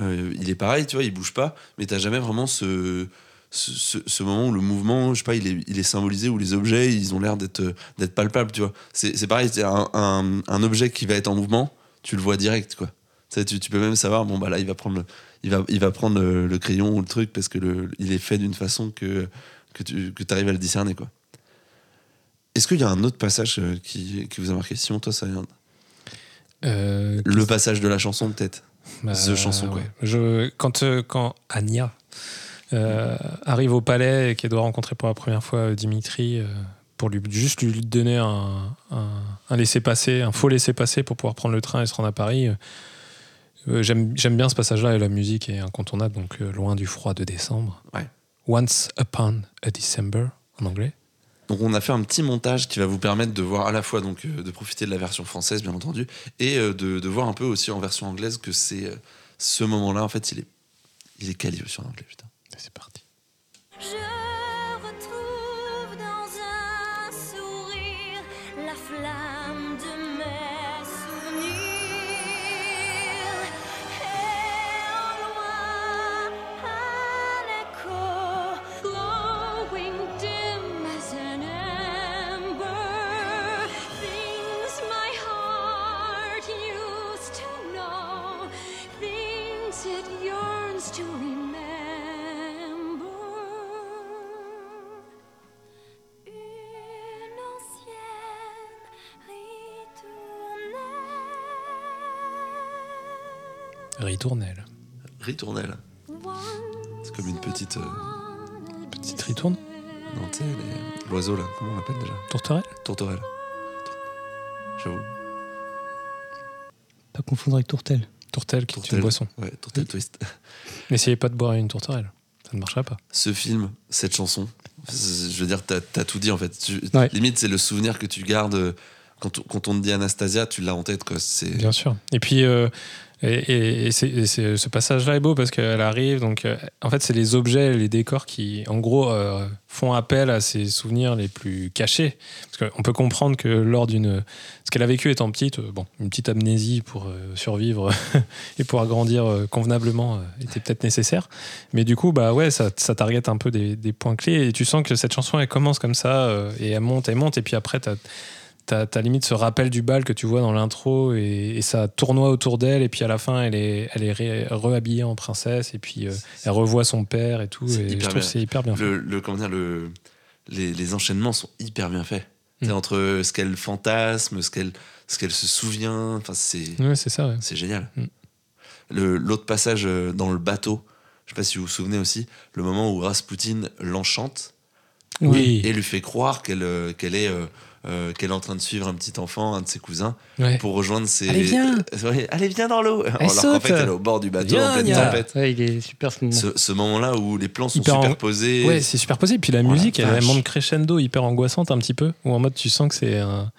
euh, il est pareil, tu vois, il bouge pas, mais t'as jamais vraiment ce, ce, ce- ce moment où le mouvement, je sais pas, il est, il est symbolisé, où les objets, ils ont l'air d'être euh, d'être palpables, tu vois. C'est c'est pareil, c'est un, un, un objet qui va être en mouvement, tu le vois direct, quoi. Tu, sais, tu, tu peux même savoir, bon, bah là, il va prendre le, il va, il va prendre le, le crayon ou le truc parce que le, il est fait d'une façon que, que tu que arrives à le discerner, quoi. Est-ce qu'il y a un autre passage euh, qui, qui vous a marqué Simon, toi, ça vient. Euh, Le passage de la chanson, peut-être Bah, The chanson, quoi. ouais. Je, quand, euh, quand Anya euh, arrive au palais et qu'elle doit rencontrer pour la première fois euh, Dimitri euh, pour lui, juste lui donner un, un, un laisser-passer, un faux laisser-passer pour pouvoir prendre le train et se rendre à Paris, euh, j'aime j'aime bien ce passage-là et la musique est incontournable, donc euh, loin du froid de décembre. Ouais. Once upon a December en anglais. Donc on a fait un petit montage qui va vous permettre de voir à la fois donc euh, de profiter de la version française bien entendu et euh, de, de voir un peu aussi en version anglaise que c'est euh, ce moment-là en fait il est il est quali aussi en anglais putain. C'est parti. Je retrouve dans un sourire la flamme de mes souvenirs. Et au loin, un écho glowing dim as an ember. Things my heart used to know, things it yearns to remember. Une ancienne ritournelle. Ritournelle. Ritournelle. C'est comme une petite euh, Petite ritourne. non tu sais, les- l'oiseau là comment on l'appelle déjà Tourterelle. tourterelle. J'avoue. Pas confondre avec Tourtel. Tourtelle qui est Tourtelle. une boisson. Ouais tourtelle twist. N'essayez pas de boire une tourterelle. Ça ne marchera pas. Ce film cette chanson c'est- je veux dire t'as as tout dit en fait. Tu- Ouais. Limite c'est le souvenir que tu gardes euh, quand, on- quand on te dit Anastasia tu l'as en tête quoi c'est Bien sûr. Et puis, euh, et, et- et c'est- et c'est- ce passage-là est beau parce qu'elle arrive. Donc, euh, en fait, c'est les objets, les décors qui, en gros, euh, font appel à ses souvenirs les plus cachés. Parce qu'on peut comprendre que lors d'une. Ce qu'elle a vécu étant petite, euh, bon, une petite amnésie pour euh, survivre et pouvoir grandir euh, convenablement euh, était peut-être nécessaire. Mais du coup, bah ouais, ça, ça target un peu des, des points clés. Et tu sens que cette chanson, elle commence comme ça euh, et elle monte, elle monte. Et puis après, t'as T'as t'as limite ce rappel du bal que tu vois dans l'intro et, et ça tournoie autour d'elle et puis à la fin elle est, elle est ré- réhabillée en princesse et puis euh, elle revoit son père et tout C'est et je hyper trouve bien. que c'est hyper bien fait. le, le- comment dire le les, les enchaînements sont hyper bien faits Mm. C'est entre ce qu'elle fantasme ce qu'elle ce qu'elle se souvient enfin c'est Ouais c'est ça ouais. c'est génial Mm. Le- l'autre passage euh, dans le bateau je sais pas si vous vous souvenez aussi le moment où Rasputin l'enchante Oui. et lui fait croire qu'elle euh, qu'elle est euh, euh, qu'elle est en train de suivre un petit enfant un de ses cousins Ouais. pour rejoindre ses Allez, viens Ouais, allez viens dans l'eau alors qu'en saute. fait elle est au bord du bateau Viens, en pleine Nia. tempête Ouais, il est super ce moment. ce, ce moment là où les plans sont Hyper en- superposés Ouais, c'est superposé. Puis la musique, elle, elle vache. monte crescendo, hyper angoissante un petit peu. Ou en mode, tu sens que c'est un.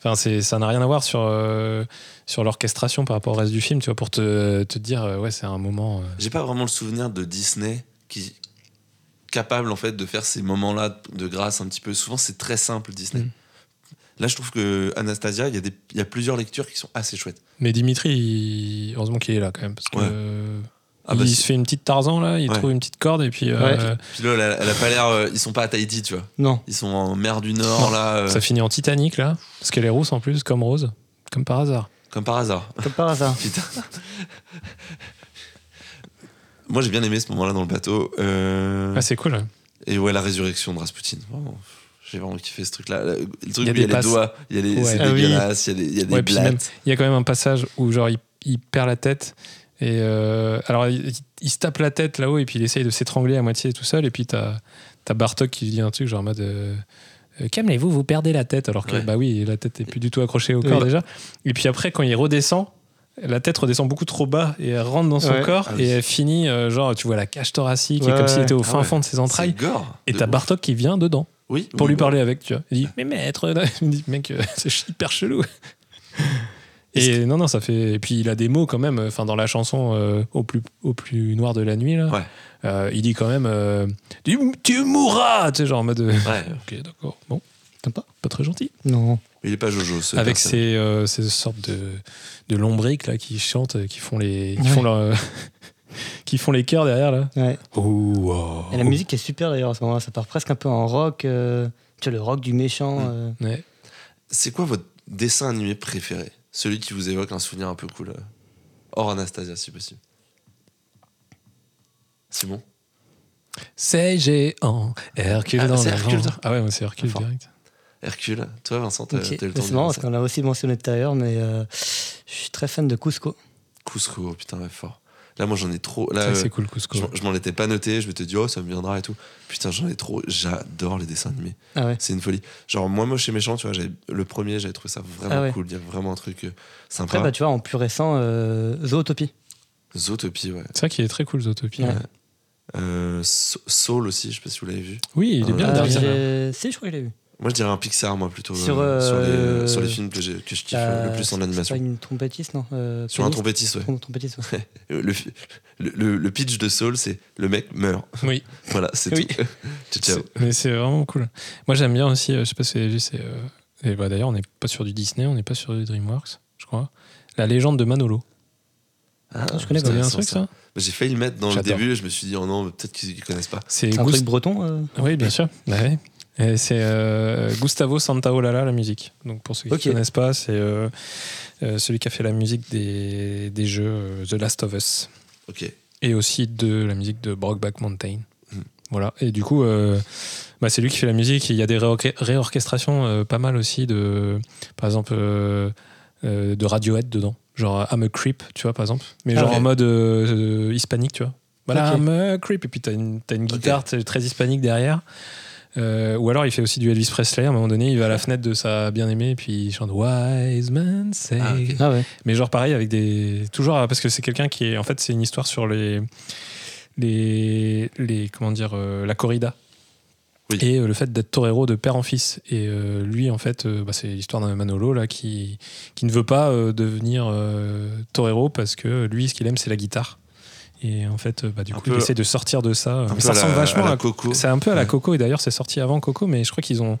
Enfin, c'est, ça n'a rien à voir sur, euh, sur l'orchestration par rapport au reste du film, tu vois, pour te, te dire, euh, ouais, c'est un moment. euh, J'ai pas vraiment le souvenir de Disney qui capable en fait de faire ces moments-là de grâce un petit peu. Souvent, c'est très simple Disney. Mm. Là, je trouve que Anastasia, il y, a des- il y a plusieurs lectures qui sont assez chouettes. Mais Dimitri, il- heureusement qu'il est là quand même. Parce que, Ouais. euh, Ah bah, il c'est- se fait une petite Tarzan, là, il Ouais. trouve une petite corde, et puis. euh, Puis là, elle a, elle a pas l'air. euh, ils sont pas à Tahiti, tu vois. Non. Ils sont en mer du Nord Non. là, euh, Ça finit en Titanic, là. Parce qu'elle est rousse en plus, comme Rose. Comme par hasard. comme par hasard. Comme par hasard. Ah, Putain. Moi, j'ai bien aimé ce moment-là dans le bateau. Euh, Ah, c'est cool. ouais. Et ouais, la résurrection de Rasputin. Vraiment, J'ai vraiment kiffé ce truc-là. Le le Il truc, y a où il y a les des passes. doigts, il y a les, Ouais. c'est Ah oui. dégueulasse, il y a des, il y a des Ouais, puis même, blattes. il y a quand même un passage où genre il, il perd la tête et euh, alors il, il se tape la tête là-haut et puis il essaye de s'étrangler à moitié tout seul et puis t'as as Bartok qui lui dit un truc genre en mode euh, Euh, calmez-vous vous perdez la tête alors que Ouais. bah oui la tête est plus du tout accrochée au corps Oui. déjà et puis après quand il redescend la tête redescend beaucoup trop bas et elle rentre dans son Ouais. corps Ah et oui. elle finit euh, genre tu vois la cage thoracique et Ouais, comme s'il ouais. était au Ah fin ouais. fond de ses C'est entrailles gore. et de t'as ouf. Bartok qui vient dedans Oui, pour oui, lui bah, parler avec, tu vois. Il dit, mais maître, là, il me dit, mec, euh, c'est hyper chelou. Et Et non, non, ça fait. Et puis il a des mots quand même. Enfin, dans la chanson euh, au plus au plus noir de la nuit là, ouais. euh, il dit quand même euh, tu, tu mourras, tu sais, genre en mode. euh, Ouais. ok, d'accord. Bon, sympa. Pas très gentil. Non. Il est pas Jojo. Ce Avec personne. ces, euh, ces sortes de de lombriques là qui chantent, et qui font les qui font leur qui font les chœurs derrière là. Ouais. Oh, wow. Et la musique est super d'ailleurs à ce moment-là. Ça part presque un peu en rock. euh, tu vois, le rock du méchant. Mm. euh. Ouais. C'est quoi votre dessin animé préféré Celui qui vous évoque un souvenir un peu cool. euh, Hors Anastasia, si possible. Simon C'est géant. Hercule Ah, dans c'est la Hercule, vente. toi Ah ouais, moi, c'est Hercule Enfin. direct. Hercule Toi, Vincent, t'as Ok. t'as eu le temps C'est de marrant dire parce ça. qu'on l'a aussi mentionné tout à l'heure, mais euh, je suis très fan de Cusco. Cusco, putain, ouais, fort. Là, moi, j'en ai trop. Là, C'est vrai que euh, c'est cool, Cusco. je m'en- je m'en étais pas noté. Je m'étais dit, oh, ça me viendra et tout. Putain, j'en ai trop. J'adore les dessins animés. Ah ouais. C'est une folie. Genre, moi, moche et méchant, tu vois, j'avais- le premier, j'avais trouvé ça vraiment Ah ouais. cool. Il y a vraiment un truc euh, Après, sympa. bah, tu vois, en plus récent, euh, Zootopie. Zootopie, ouais. C'est vrai qu'il est très cool, Zootopie. hein. Ouais. Euh, So- Soul aussi, je sais pas si vous l'avez vu. Oui, il est Euh, bien Ah, Euh, j'ai- derrière. si, je crois qu'il l'a vu. Moi, je dirais un Pixar, moi, plutôt. Sur, euh, sur, euh, les, sur les films que, j'ai- que je kiffe Euh, le plus en C'est animation. pas une trompettiste, non euh, Sur un pianiste trompettiste, ouais. Trom- trompettiste, ouais. Euh, Le, fi- le, le- le pitch de Soul, c'est le mec meurt. Oui. Voilà, c'est Oui. tout. ciao, ciao. C'est- Mais c'est vraiment cool. Moi, j'aime bien aussi, euh, je sais pas si vous avez vu, c'est. euh, et bah, D'ailleurs, on n'est pas sur du Disney, on n'est pas sur du DreamWorks, je crois. La légende de Manolo. Ah, je connais pas bien un intéressant, truc, ça. J'ai failli le mettre dans le J'adore. début et je me suis dit, oh non, peut-être qu'ils qu'ils connaissent pas. C'est C'est un Gust- truc breton euh Oui, bien sûr. Bah ouais. Et C'est euh, Gustavo Santaolalla la musique. Donc pour ceux qui ne Ok. connaissent pas, c'est euh, euh, celui qui a fait la musique des, des jeux euh, The Last of Us Ok. et aussi de la musique de Brokeback Mountain. Hmm. Voilà. Et du coup, euh, bah, c'est lui qui fait la musique. Il y a des réorque- réorchestrations euh, pas mal aussi de, par exemple, euh, euh, de Radiohead dedans. Genre euh, I'm a creep, tu vois, par exemple. Mais Ah, genre ok. en mode euh, euh, hispanique, tu vois. Voilà, Ok. I'm a creep. Et puis t'as une, t'as une guitare t'es très hispanique derrière. Euh, ou alors il fait aussi du Elvis Presley. À un moment donné, il va à la fenêtre de sa bien-aimée et puis il chante Wise Man Say. Ah, ok. Ah ouais. Mais genre pareil avec des toujours euh, parce que c'est quelqu'un qui est en fait c'est une histoire sur les les les comment dire euh, la corrida. Oui. Et euh, le fait d'être torero de père en fils. Et euh, lui, en fait, euh, bah, c'est l'histoire d'un Manolo là, qui, qui ne veut pas euh, devenir euh, torero parce que lui, ce qu'il aime, c'est la guitare. Et en fait, euh, bah, du Un coup, peu- il essaie de sortir de ça. Un Mais peu ça à la- ressemble vachement à la à Coco. c'est un peu à la Ouais. Coco et d'ailleurs c'est sorti avant Coco mais je crois qu'ils ont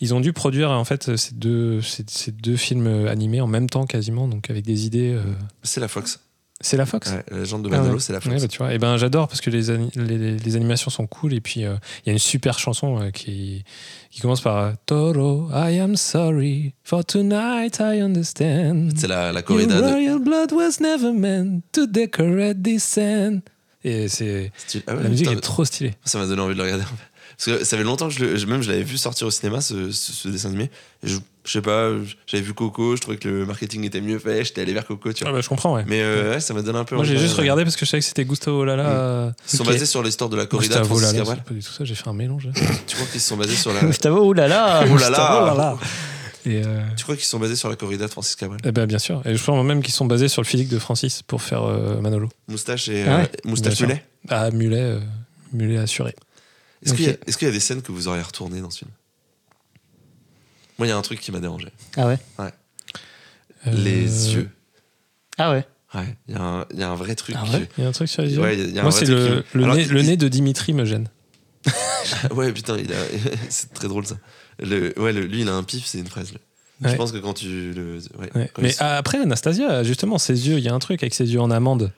ils ont dû produire en fait ces deux ces, ces deux films animés en même temps quasiment donc avec des idées euh, C'est la Fox. c'est la Fox. Ouais, la légende de Ah Manolo, ouais. c'est la Fox. Ouais, bah, tu vois. Et ben j'adore parce que les, ani- les, les animations sont cool et puis euh, il y a une super chanson euh, qui, qui commence par euh, Toro, I am sorry for tonight I understand. C'est la, la Your corrida. De... royal blood was never meant to decorate this sand. Et c'est Style- Ah ouais, la musique putain, est trop stylée. Ça m'a donné envie de le regarder. Parce que ça fait longtemps que je, le- je- même je l'avais vu sortir au cinéma, ce, ce- ce dessin animé. Et je, je sais pas, j'avais vu Coco, je trouvais que le marketing était mieux fait, j'étais allé vers Coco, tu vois. Ah bah, je comprends ouais. Mais euh, ouais, ça m'a donné un peu Moi, envie j'ai de juste regarder. regardé parce que je savais que c'était Gustavo Mm. Lala. Ils sont Ok. basés sur l'histoire de la corrida de Gustavo Francis Lala, Cabral. c'est pas du tout ça, j'ai fait un mélange. là. Tu crois qu'ils sont basés sur la. Gustavo, oulala Oh là Gustavo là Lala. Et euh, Tu crois qu'ils sont basés sur la corrida de Francis Cabral eh ben, bien sûr. Et je pense même qu'ils sont basés sur le physique de Francis pour faire euh, Manolo. Moustache et. Ah euh, ouais. Moustache Bien sûr. mulet Ah, Mulet, euh, Mulet assuré. Est-ce qu'il y, a- Ok. est-ce qu'il y a des scènes que vous auriez retournées dans ce film Moi, il y a un truc qui m'a dérangé. Ah ouais. Euh, Les yeux. Ah ouais. Ouais, il y, a un- il y a un vrai truc. Ah ouais Il y a un truc sur les yeux. Ouais, il y a- il y a un Moi, vrai c'est truc le, qui- le Alors, nez, il- le nez de Dimitri me gêne. Ouais, putain, il a... c'est très drôle ça. Le... Ouais, le- lui, il a un pif, c'est une phrase. là. Je Ouais. pense que quand tu le. ouais, Ouais. quand il Mais ah, se- après, Anastasia, justement, ses yeux, il y a un truc avec ses yeux en amande.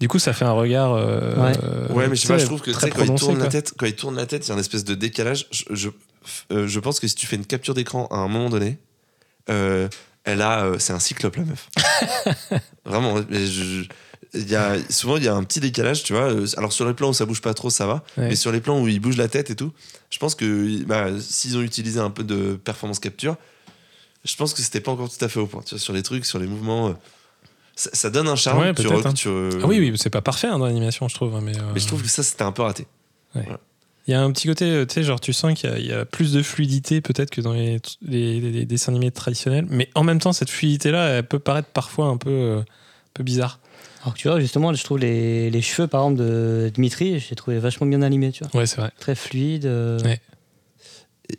Du coup, ça fait un regard. euh, Ouais. euh, Ouais, mais je sais pas, tu je trouve que tu très sais, quand il prononcé. tourne la quoi. tête, quand il tourne la tête, il y a une espèce de décalage. Je, je, euh, je pense que si tu fais une capture d'écran à un moment donné, euh, elle a, euh, c'est un cyclope la meuf. Vraiment, mais je- il y a souvent il y a un petit décalage, tu vois. euh, Alors sur les plans où ça bouge pas trop, ça va, Ouais. mais sur les plans où il bouge la tête et tout, je pense que bah, s'ils ont utilisé un peu de performance capture, je pense que c'était pas encore tout à fait au point. Tu vois, sur les trucs, sur les mouvements, euh, ça, ça donne un charme. Ouais, tu peut-être, re- hein. tu re- Ah oui, oui, c'est pas parfait hein, dans l'animation, je trouve. hein, Mais, euh, euh, Mais je trouve que ça c'était un peu raté. Il y a un petit côté, euh, tu sais, genre tu sens qu'il y a- il y, a plus de fluidité peut-être que dans les, les- les- les dessins animés traditionnels, mais en même temps, cette fluidité-là, elle peut paraître parfois un peu, euh, un peu bizarre. Alors que tu vois, justement, je trouve les, les cheveux, par exemple, de Dimitri, je les trouvais vachement bien animés, tu vois. Ouais, c'est vrai. Très fluide. euh, Ouais.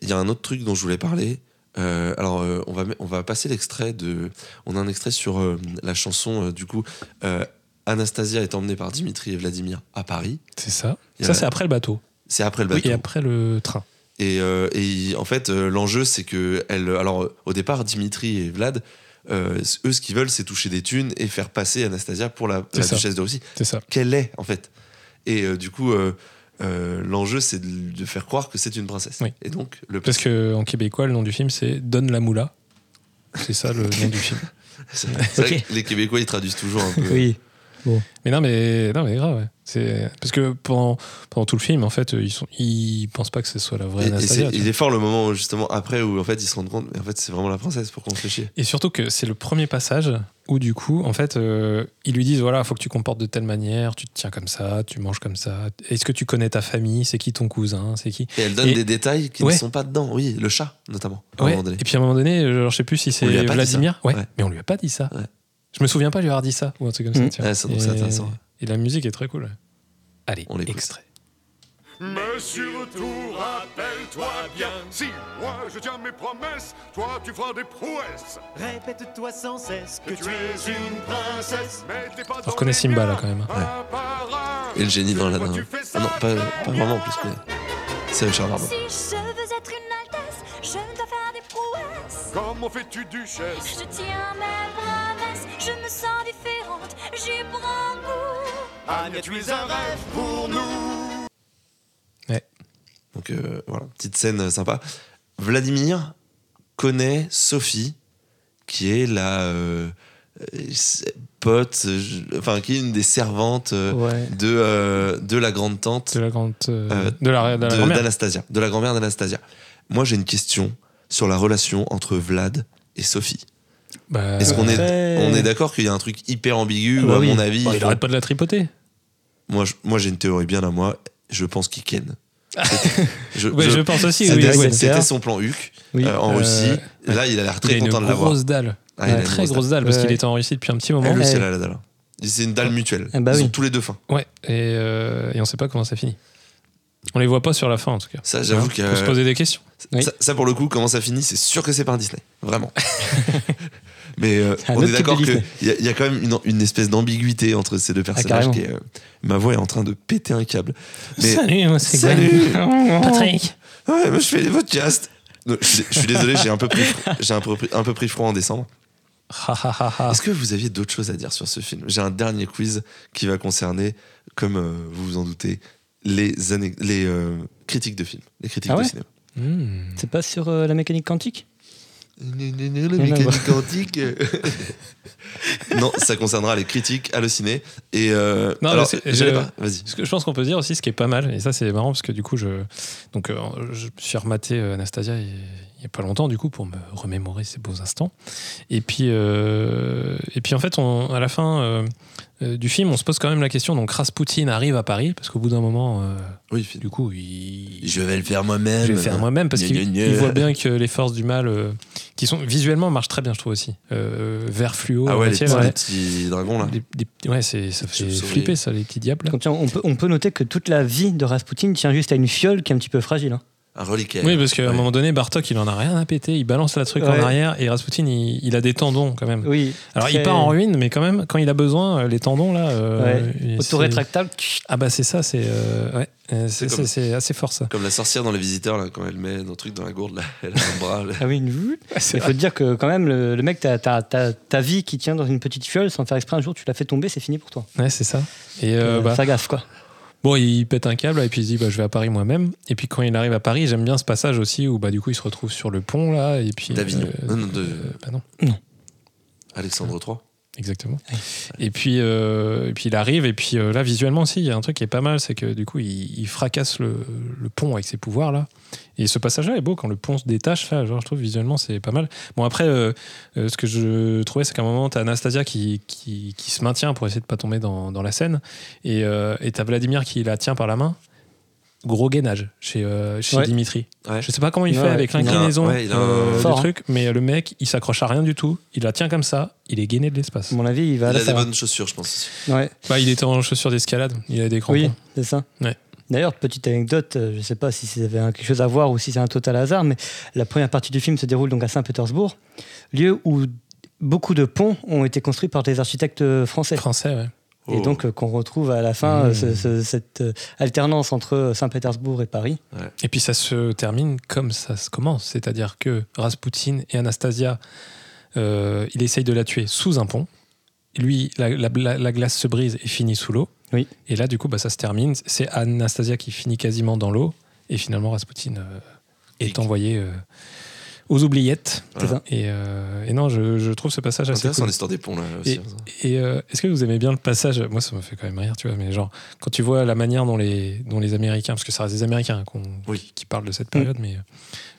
Il y a un autre truc dont je voulais parler. Euh, alors, euh, on, va, on va passer l'extrait de. On a un extrait sur euh, la chanson, du coup. euh, Anastasia est emmenée par Dimitri et Vladimir à Paris. C'est ça. Ça, la... c'est après le bateau. C'est après le bateau. Oui, et après le train. Et, euh, et en fait, l'enjeu, c'est que. Elle, alors, au départ, Dimitri et Vlad. euh, eux, ce qu'ils veulent, c'est toucher des thunes et faire passer Anastasia pour la, la duchesse de Russie. C'est ça. Qu'elle est, en fait. Et du coup, euh, l'enjeu c'est de, de, faire croire que c'est une princesse. Oui. Et donc le parce que en québécois le nom du film c'est Donne la moula. C'est ça le nom du film. C'est vrai okay. que les Québécois ils traduisent toujours un peu. oui. Bon. Mais non mais non mais grave. Ouais. C'est parce que pendant, pendant tout le film en fait euh, ils sont ils pensent pas que ce soit la vraie. Et, Anastasia, et est, il est fort le moment justement après où en fait ils se rendent compte mais en fait c'est vraiment la princesse pour qu'on se fait chier. Et surtout que c'est le premier passage où du coup, en fait, euh, ils lui disent voilà, faut que tu comportes de telle manière, tu te tiens comme ça, tu manges comme ça. Est-ce que tu connais ta famille C'est qui ton cousin C'est qui Et elle donne et... des détails qui ouais. ne sont pas dedans. Oui, le chat notamment. À ouais. un et puis à un moment donné, euh, genre, je sais plus si c'est Vladimir. Ouais. ouais. Mais on lui a pas dit ça. Je me souviens pas lui avoir dit ça ou un truc comme mmh. ça. ça et... intéressant. et la musique est très cool. Allez, on extrait. Mais surtout, rappelle-toi bien, si moi je tiens mes promesses, toi tu feras des prouesses. Répète-toi sans cesse que, que tu es une princesse. On reconnaît Simba là quand même. hein. Ouais. Et le génie dans la dame. Ah non, pas, pas vraiment en plus, mais c'est Richard Darbois. Si je veux être une altesse, je dois faire des prouesses. Comment fais-tu duchesse Je tiens mes promesses, je me sens différente, j'y prends goût. Agnès, tu es un rêve pour nous. Ouais. Donc euh, voilà, petite scène sympa. Vladimir connaît Sophie, qui est la euh, pote, je, enfin qui est une des servantes euh, ouais. de, euh, de la grande tante. De la grande. euh, de la, de la grand-mère. D'Anastasia. Euh, De la grand-mère d'Anastasia. Moi j'ai une question sur la relation entre Vlad et Sophie. Bah, Est-ce qu'on est, on est d'accord qu'il y a un truc hyper ambigu bah, ou à oui. mon avis. Bah, il arrête pas de la tripoter. Moi, je, moi j'ai une théorie bien à moi je pense qu'il ken. Je, ouais, je, je, pense aussi. Oui, C'était oui, son plan Huc oui, euh, en Russie. Euh, là, il a l'air très content de l'avoir. Ah, il a une grosse dalle. une très grosse hein. dalle, parce qu'il était en Russie depuis un petit moment. Elle aussi, elle a la dalle. hein. C'est une dalle mutuelle. Ah bah Ils oui. ont tous les deux fins. Ouais, et, euh, et on sait pas comment ça finit. On les voit pas sur la fin en tout cas. Hein, Ça, j'avoue que. Faut se poser des questions. Ça, ça, pour le coup, comment ça finit, c'est sûr que c'est par Disney. Vraiment. Mais euh, on est d'accord qu'il y, y, a quand même une, une espèce d'ambiguïté entre ces deux personnages. Ah, qui est, euh, ma voix est en train de péter un câble. Mais, salut, c'est salut. Euh, Patrick. Ouais, moi je fais des podcasts. Non, je, je, suis désolé, j'ai un peu pris, j'ai un peu, un peu pris froid en décembre. Ah. Est-ce que vous aviez d'autres choses à dire sur ce film J'ai un dernier quiz qui va concerner, comme euh, vous vous en doutez, les, les euh, critiques de films, les critiques ah de ouais cinéma. Hmm. Mmh. C'est pas sur la mécanique quantique le mécanique quantique. non, ça concernera les critiques hallucinées. Et euh, non, alors, je, pas. Vas-y. Ce que je pense qu'on peut dire aussi, ce qui est pas mal, et ça c'est marrant parce que du coup, je, donc, euh, je suis rematé euh, Anastasia il n'y a pas longtemps, du coup, pour me remémorer ces beaux instants. Et puis, euh, et puis en fait, on, à la fin euh, du film, on se pose quand même la question. Donc Rasputin arrive à Paris parce qu'au bout d'un moment, euh, oui, du coup, il... je vais le faire moi-même. Je vais le faire moi-même parce qu'il voit bien que les forces du mal, euh, qui sont visuellement marchent très bien, je trouve aussi. Euh, vert fluo, ah ouais, les, ciel, petits, ouais. les, petits, dragons là. Les, les, ouais, ça fait flipper ça, les petits diables. Tiens, on, peut, on, peut, noter que toute la vie de Rasputin tient juste à une fiole qui est un petit peu fragile. Hein. Un reliquaire. Oui, bah- parce qu'à ouais. un moment donné, Bartok, il en a rien à péter, il balance la truc ouais. en arrière et Rasputin, il, il, a des tendons quand même. Oui. Alors il part en ruine, mais quand même, quand il a besoin, les tendons là. Euh, ouais. Autorétractable. Ah bah c'est ça, c'est euh, c'est assez fort ça. Comme la sorcière dans Les Visiteurs, là, quand elle met un truc dans la gourde, là, elle a un bras. Là. ah oui, une Il faut te dire que quand même, le, le mec, ta vie qui tient dans une petite fiole sans faire exprès un jour, tu la fais tomber, c'est fini pour toi. Ouais, c'est ça. Et euh, bah, faire gaffe quoi. Bon, il pète un câble et puis il se dit bah, je vais à Paris moi-même. Et puis quand il arrive à Paris, j'aime bien ce passage aussi où bah, du coup il se retrouve sur le pont là. Et puis, D'Avignon. Euh, non, non, de... Euh, bah, non. non. Alexandre III. Exactement. Et puis, euh, et puis il arrive, et puis euh, là, visuellement aussi, il y a un truc qui est pas mal, c'est que du coup, il, il fracasse le, le, pont avec ses pouvoirs là. Et ce passage-là est beau quand le pont se détache là, genre je trouve visuellement c'est pas mal. Bon après, euh, euh, ce que je trouvais, c'est qu'à un moment, t'as Anastasia qui, qui, qui, se maintient pour essayer de pas tomber dans, dans la scène, et t'as Vladimir qui la tient par la main gros gainage chez, euh, chez ouais. Dimitri. Ouais. Je sais pas comment il ouais, fait avec l'inclinaison du euh, truc, mais le mec, il s'accroche à rien du tout. Il la tient comme ça, il est gainé de l'espace. À mon avis, il va Il la hein. a des bonnes chaussures, je pense. Ouais. Bah, il était en chaussures d'escalade, il a des crampons. Oui, c'est ça. Ouais. D'ailleurs, petite anecdote, euh, je ne sais pas si ça avait quelque chose à voir ou si c'est un total hasard, mais la première partie du film se déroule donc à Saint-Pétersbourg, lieu où beaucoup de ponts ont été construits par des architectes français. Français, ouais. Et oh. donc euh, qu'on retrouve à la fin euh, mmh. ce, ce, cette euh, alternance entre euh, Saint-Pétersbourg et Paris. Ouais. Et puis ça se termine comme ça se commence, c'est-à-dire que Rasputin et Anastasia, euh, il essaye de la tuer sous un pont. Lui, la, la, la, la glace se brise et finit sous l'eau. Oui. Et là, du coup, bah, ça se termine. C'est Anastasia qui finit quasiment dans l'eau. Et finalement, Rasputin euh, est envoyé euh, aux oubliettes. Voilà. Et, euh, et, non, je, je, trouve ce passage assez intéressant cool. l'histoire des ponts là. hein. Aussi, et, et euh, est-ce que vous aimez bien le passage Moi, ça me fait quand même rire, tu vois. Mais genre quand tu vois la manière dont les dont les Américains, parce que ça reste des Américains qu oui. Mm. qui parlent de cette période, mmh. mais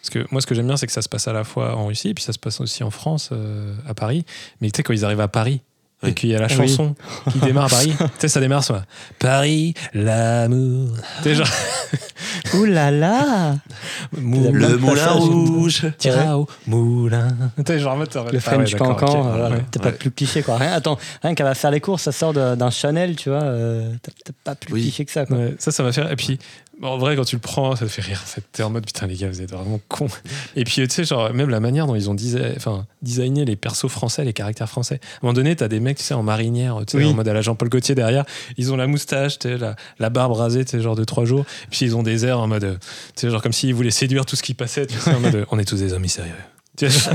parce que moi, ce que j'aime bien, c'est que ça se passe à la fois en Russie et puis ça se passe aussi en France, euh, à Paris. Mais tu sais quand ils arrivent à Paris, et puis il y a la chanson oui. qui démarre à Paris. tu sais, ça démarre sur Paris, l'amour. Tu genre. Ouh là là Mou Le moulin rouge Tirao, moulin. Ah Tu genre, en Le French cancan, euh, t'es pas plus cliché quoi. Rien, attends, rien qu'à faire les courses, ça sort d'un Chanel, tu vois. Euh, t'es pas plus oui. cliché que ça quoi. Ouais, ça, ça m'a fait. Et puis, en vrai, quand tu le prends, ça te fait rire. T'es en mode putain, les gars, vous êtes vraiment cons. Et puis, tu sais, genre, même la manière dont ils ont enfin, designé les persos français, les caractères français. À un moment donné, t'as des mecs, tu sais, en marinière, tu sais, oui. en mode à la Jean-Paul Gaultier derrière. Ils ont la moustache, tu sais, la, la barbe rasée, tu sais, genre de trois jours. Et puis, ils ont des airs en mode, tu sais, genre comme s'ils voulaient séduire tout ce qui passait, tu sais, en mode, on est tous des hommes sérieux. Tu sais,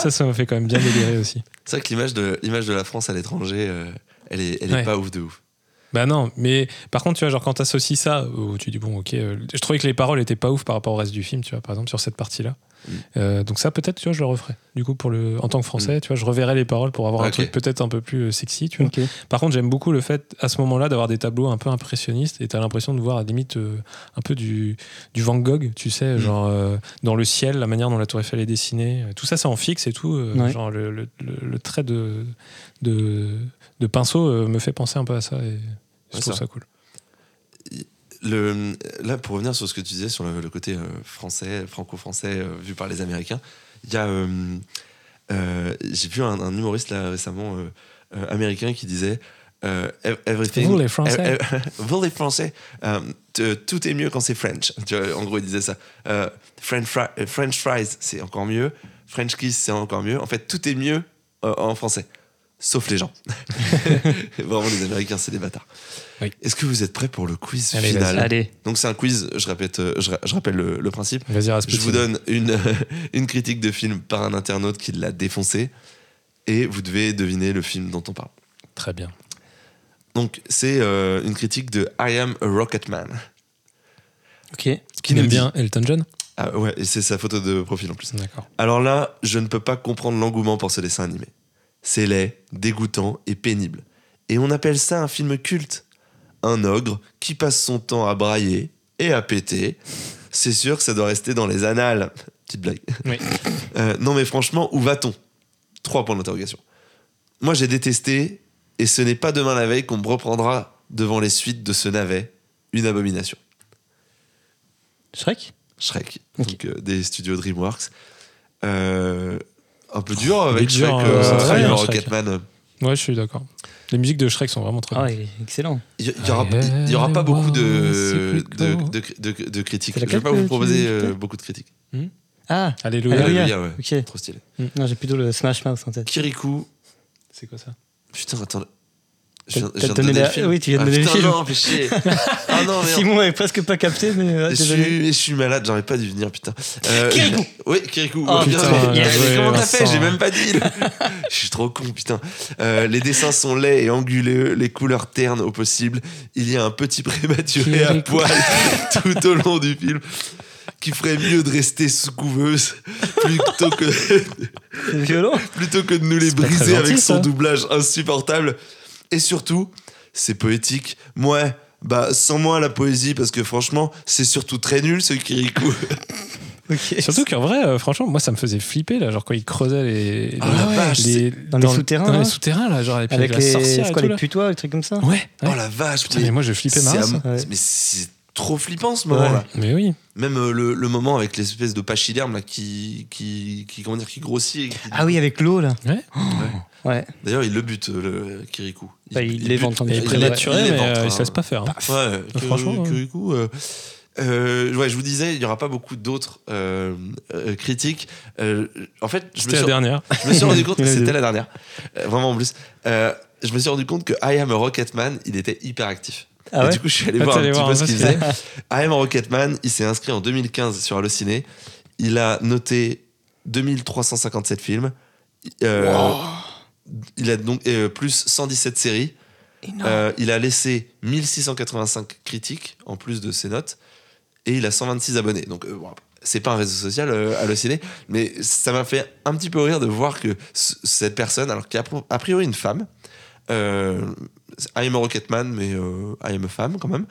ça, ça m'a fait quand même bien délirer aussi. C'est vrai que l'image de, l'image de la France à l'étranger, euh, elle est, elle est ouais. pas ouf de ouf. Bah non, mais par contre, tu vois, genre quand t'associes ça, oh, tu dis bon, ok, euh, je trouvais que les paroles étaient pas ouf par rapport au reste du film, tu vois, par exemple, sur cette partie-là. Mm. Euh, donc ça, peut-être, tu vois, je le referais. Du coup, pour le, en tant que français, mm. tu vois, je reverrai les paroles pour avoir okay. un truc peut-être un peu plus euh, sexy, tu vois. Okay. Par contre, j'aime beaucoup le fait, à ce moment-là, d'avoir des tableaux un peu impressionnistes et t'as l'impression de voir à limite euh, un peu du, du, Van Gogh, tu sais, mm. genre dans le ciel, la manière dont la Tour Eiffel est dessinée. Tout ça, c'est en fixe et tout. Ouais. Genre le, le, le, trait de, de, de pinceau euh, me fait penser un peu à ça. Et... Je ouais, trouve ça. ça cool. Le, là, pour revenir sur ce que tu disais sur le, le côté euh, français, franco-français euh, vu par les Américains, il y a. Euh, J'ai vu un, un, humoriste là récemment euh, américain qui disait. euh, everything, vous les Français, vous les Français, euh, tout est mieux quand c'est French. Tu vois, en gros, il disait ça. Euh, French, fri French fries, c'est encore mieux. French kiss, c'est encore mieux. En fait, tout est mieux euh, en français sauf les gens. Vraiment, les Américains, c'est des bâtards. Oui. Est-ce que vous êtes prêts pour le quiz allez, final allez. Donc, c'est un quiz, je, répète, euh, je, je rappelle le, le principe. Je vous donne une, une critique de film par un internaute qui l'a défoncé et vous devez deviner le film dont on parle. Très bien. Donc, c'est euh, une critique de I Am a Rocketman. Ok. Qui aime bien Elton John ah, ouais, et c'est sa photo de profil en plus. D'accord. Alors là, je ne peux pas comprendre l'engouement pour ce dessin animé. C'est laid, dégoûtant et pénible. Et on appelle ça un film culte. Un ogre qui passe son temps à brailler et à péter. C'est sûr que ça doit rester dans les annales. Petite blague. Oui. Euh, non mais franchement, où va-t-on Trois points d'interrogation. Moi j'ai détesté, et ce n'est pas demain la veille qu'on me reprendra devant les suites de ce navet. Une abomination. Shrek Shrek, okay. donc euh, des studios DreamWorks. Euh, un peu dur Oh, avec Shrek, hein. euh, c'est très bien, Rocketman. Ouais, je suis d'accord. Les musiques de Shrek sont vraiment très ah, bien. excellent. Il n'y aura, y aura pas beaucoup de, de, de, de critiques. Je ne vais pas vous proposer euh, beaucoup de critiques. Hmm ah, Alléluia. Alléluia, ouais. okay. Trop stylé. Non, j'ai plutôt le Smash Mouth en tête. Kirikou. C'est quoi ça Putain, attends. Je viens, je viens donné la... Oui, tu viens de ah, donner putain, le film. Non, fais chier. ah, non, mais Simon est presque pas capté, mais. je, suis, je suis malade, j'aurais pas dû venir, putain. Euh, Kirikou Oui, Kirikou. Oh, putain, putain, mais, yes, comment t'as fait J'ai même pas dit. Le... je suis trop con, putain. Euh, les dessins sont laids et anguleux, les couleurs ternes au possible. Il y a un petit prématuré Kirikou. à poil tout au long du film qui ferait mieux de rester sous couveuse plutôt que. violent Plutôt que de nous les briser gentil, avec son ça. doublage insupportable. Et surtout, c'est poétique. Moi, bah, sans moi la poésie, parce que franchement, c'est surtout très nul ce Kirikou. okay. Surtout qu'en vrai, euh, franchement, moi ça me faisait flipper là, genre quand ils creusaient les, les, ah ouais, vache, les dans, dans, les souterrains, dans les souterrains là, genre les avec de la sorcière, quoi, tout, les putois, les trucs comme ça. Ouais. ouais. Oh la Oh vache, putain, mais moi je flippais marre. Mais c'est trop flippant ce moment-là. Ouais, hein. mais oui. Même euh, le, le, moment avec l'espèce de pachyderme là, qui, qui, qui, comment dire, qui grossit. Et qui... Ah oui, avec l'eau là. Ouais. Oh. ouais. ouais. D'ailleurs, il le bute, euh, le Kirikou. Il, bah, il, il l'évente en Il est prématuré, mais euh, il se laisse pas faire. Hein. Ouais, que, Ah, franchement. hein. Kirikou. Euh, ouais, je vous disais, il n'y aura pas beaucoup d'autres euh, euh, critiques. Euh, en fait, je me, suis, la dernière. je me suis rendu compte que c'était la dernière. Euh, vraiment en plus. Euh, je me suis rendu compte que I Am a Rocketman, il était hyper actif. Ah et ouais du coup, je suis allé ah, voir un petit voir peu ce qu'il faisait. I Am a Rocketman, il s'est inscrit en 2015 sur Allociné. Il a noté 2357 films. Wow. Il a donc euh, plus 117 séries. Euh, il a laissé 1685 critiques en plus de ses notes et il a 126 abonnés. Donc, euh, bon, c'est pas un réseau social euh, halluciné, mais ça m'a fait un petit peu rire de voir que cette personne, alors qui est a priori une femme, euh, I am a Rocketman, mais euh, I am a femme quand même.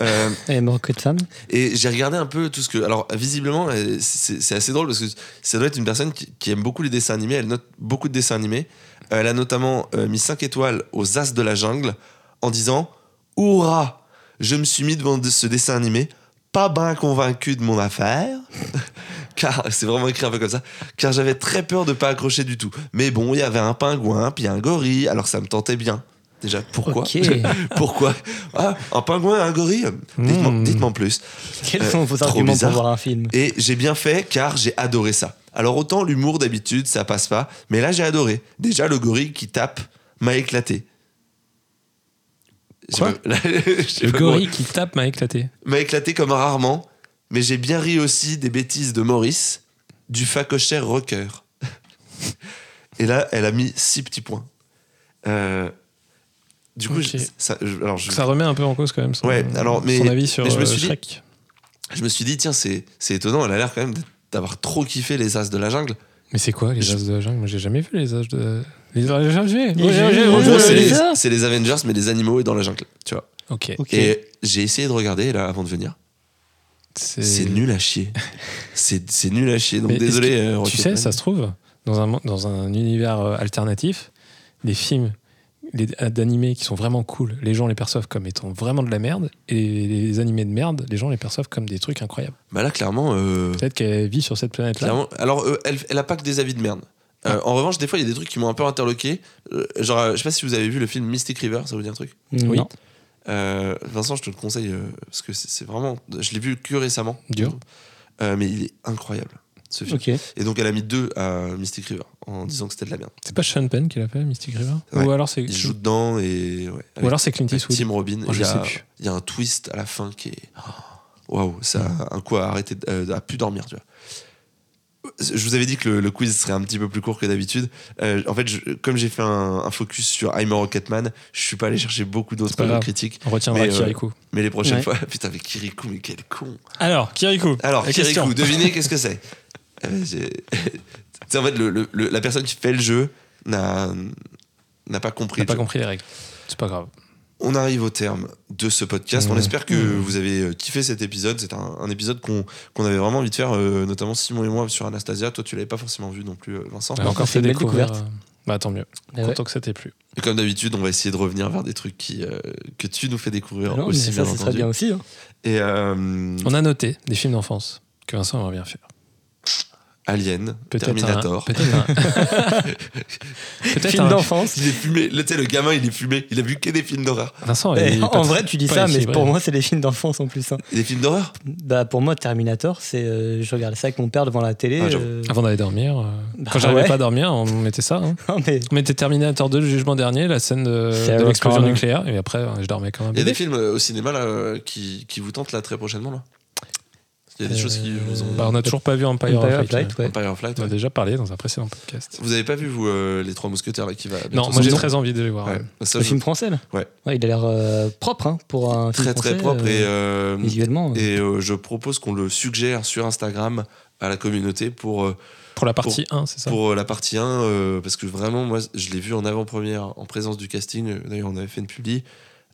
euh, I am a Rocketman. Et j'ai regardé un peu tout ce que. Alors, visiblement, euh, c'est assez drôle parce que ça doit être une personne qui, qui, aime beaucoup les dessins animés, elle note beaucoup de dessins animés. Elle a notamment euh, mis 5 étoiles aux As de la jungle en disant Hurrah Je me suis mis devant de ce dessin animé pas bien convaincu de mon affaire, car c'est vraiment écrit un peu comme ça, car j'avais très peur de pas accrocher du tout. Mais bon, il y avait un pingouin, puis un gorille, alors ça me tentait bien. Déjà, pourquoi okay. Pourquoi ah, Un pingouin, un gorille Dites-moi mmh. dites plus. Quels euh, sont vos arguments pour voir un film Et j'ai bien fait, car j'ai adoré ça. Alors autant l'humour d'habitude, ça passe pas, mais là j'ai adoré. Déjà, le gorille qui tape m'a éclaté. Quoi pas, là, le gorille qui tape m'a éclaté. M'a éclaté comme rarement, mais j'ai bien ri aussi des bêtises de Maurice, du facochère rocker. Et là, elle a mis six petits points. Euh, du coup, okay. je, ça, je, alors je, ça remet un peu en cause quand même son, ouais, alors, mais, son avis sur mais je me suis euh, Shrek. Dit, je me suis dit, tiens, c'est étonnant, elle a l'air quand même d'avoir trop kiffé les As de la jungle. Mais c'est quoi les As de la jungle Moi, j'ai jamais vu les As de. Les Avengers. c'est les, les, Avengers, mais les animaux et dans la jungle, tu vois. Ok. okay. Et j'ai essayé de regarder là avant de venir. C'est nul à chier. c'est nul à chier. Donc mais désolé. Que, euh, tu sais, Man. ça se trouve dans un dans un univers euh, alternatif, des films euh, d'animés qui sont vraiment cool, les gens les perçoivent comme étant vraiment de la merde, et les, les animés de merde, les gens les perçoivent comme des trucs incroyables. Bah là, clairement. Euh, Peut-être qu'elle vit sur cette planète-là. Alors, euh, elle, elle a pas que des avis de merde. Euh, Ah. en revanche, des fois, il y a des trucs qui m'ont un peu interloqué. Euh, genre, euh, je sais pas si vous avez vu le film Mystic River, ça vous dit un truc Euh, Oui. Vincent, je te le conseille euh, parce que c'est vraiment. Je l'ai vu que récemment. Euh, Dur. mais il est incroyable, ce film. Okay. Et donc, elle a mis deux à Mystic River en disant que c'était de la merde. C'est pas Sean Penn qui l'a fait, Mystic River ouais. Ou alors c'est. Il joue dedans et. Ouais, Ou alors c'est Clint Eastwood. Tim Robin. Oh, je il, y sais a, plus. il y a un twist à la fin qui est. oh, Waouh, wow, ça a un coup à arrêter, euh, à pu dormir, tu vois je vous avais dit que le, le, quiz serait un petit peu plus court que d'habitude. Euh, en fait, je, comme j'ai fait un, un, focus sur I'm a Rocketman, je suis pas allé chercher beaucoup d'autres critiques. On retiendra mais, Kirikou. Euh, mais les prochaines ouais. fois, putain, mais Kirikou, mais quel con. Alors, Kirikou. Alors, Kirikou, question. devinez qu'est-ce que c'est euh, En fait, le, le, la personne qui fait le jeu n'a pas compris. N'a pas jeu. compris les règles. C'est pas grave. On arrive au terme de ce podcast. Mmh. On espère que mmh. vous avez kiffé cet épisode. C'est un, un, épisode qu'on qu avait vraiment envie de faire, euh, notamment Simon et moi sur Anastasia. Toi, tu l'avais pas forcément vu non plus, euh, Vincent. Ah, encore fait des découvertes. Euh... Bah tant mieux. Eh Content ouais. que ça t'ait plu. Et comme d'habitude, on va essayer de revenir vers des trucs qui, euh, que tu nous fais découvrir Alors, aussi. Bah Ah Ça, ça serait bien aussi. Hein. Et euh, on a noté des films d'enfance que Vincent aimerait bien faire. Alien, Terminator. Peut-être un. peut film d'enfance. Il est fumé. Là, tu sais, le gamin, il est fumé. Il a vu que des films d'horreur. Vincent, eh, il En vrai, tu dis ça, mais pour moi, c'est des films d'enfance en plus. Hein. Des films d'horreur Bah, pour moi, Terminator, c'est. Euh, je regardais ça avec mon père devant la télé. Ah, euh... Avant d'aller dormir. Euh, bah, quand j'arrivais ouais. pas à dormir, on mettait ça. Hein. Non, mais... On mettait Terminator 2, le jugement dernier, la scène de, de l'explosion hein. nucléaire. Et après, je dormais quand même. Il y a des films euh, au cinéma là, qui, qui vous tentent là très prochainement là il y a des euh, choses qui vous ont. Bah on n'a toujours pas vu Empire, Empire of, of Light. Ouais. Empire of Light ouais. On a déjà parlé dans un précédent podcast. Vous n'avez pas vu, vous, euh, Les Trois Mousquetaires là, qui va Non, moi j'ai très envie de les voir. Ouais. Ça, le je... film français, là ouais. Il a l'air euh, propre hein, pour un très, film euh, Très, très propre. euh, et, euh, visuellement. Et euh, je propose qu'on le suggère sur Instagram à la communauté pour. euh, pour la partie pour, 1, c'est ça Pour euh, la partie 1, parce que vraiment, moi, je l'ai vu en avant-première, en présence du casting. D'ailleurs, on avait fait une publi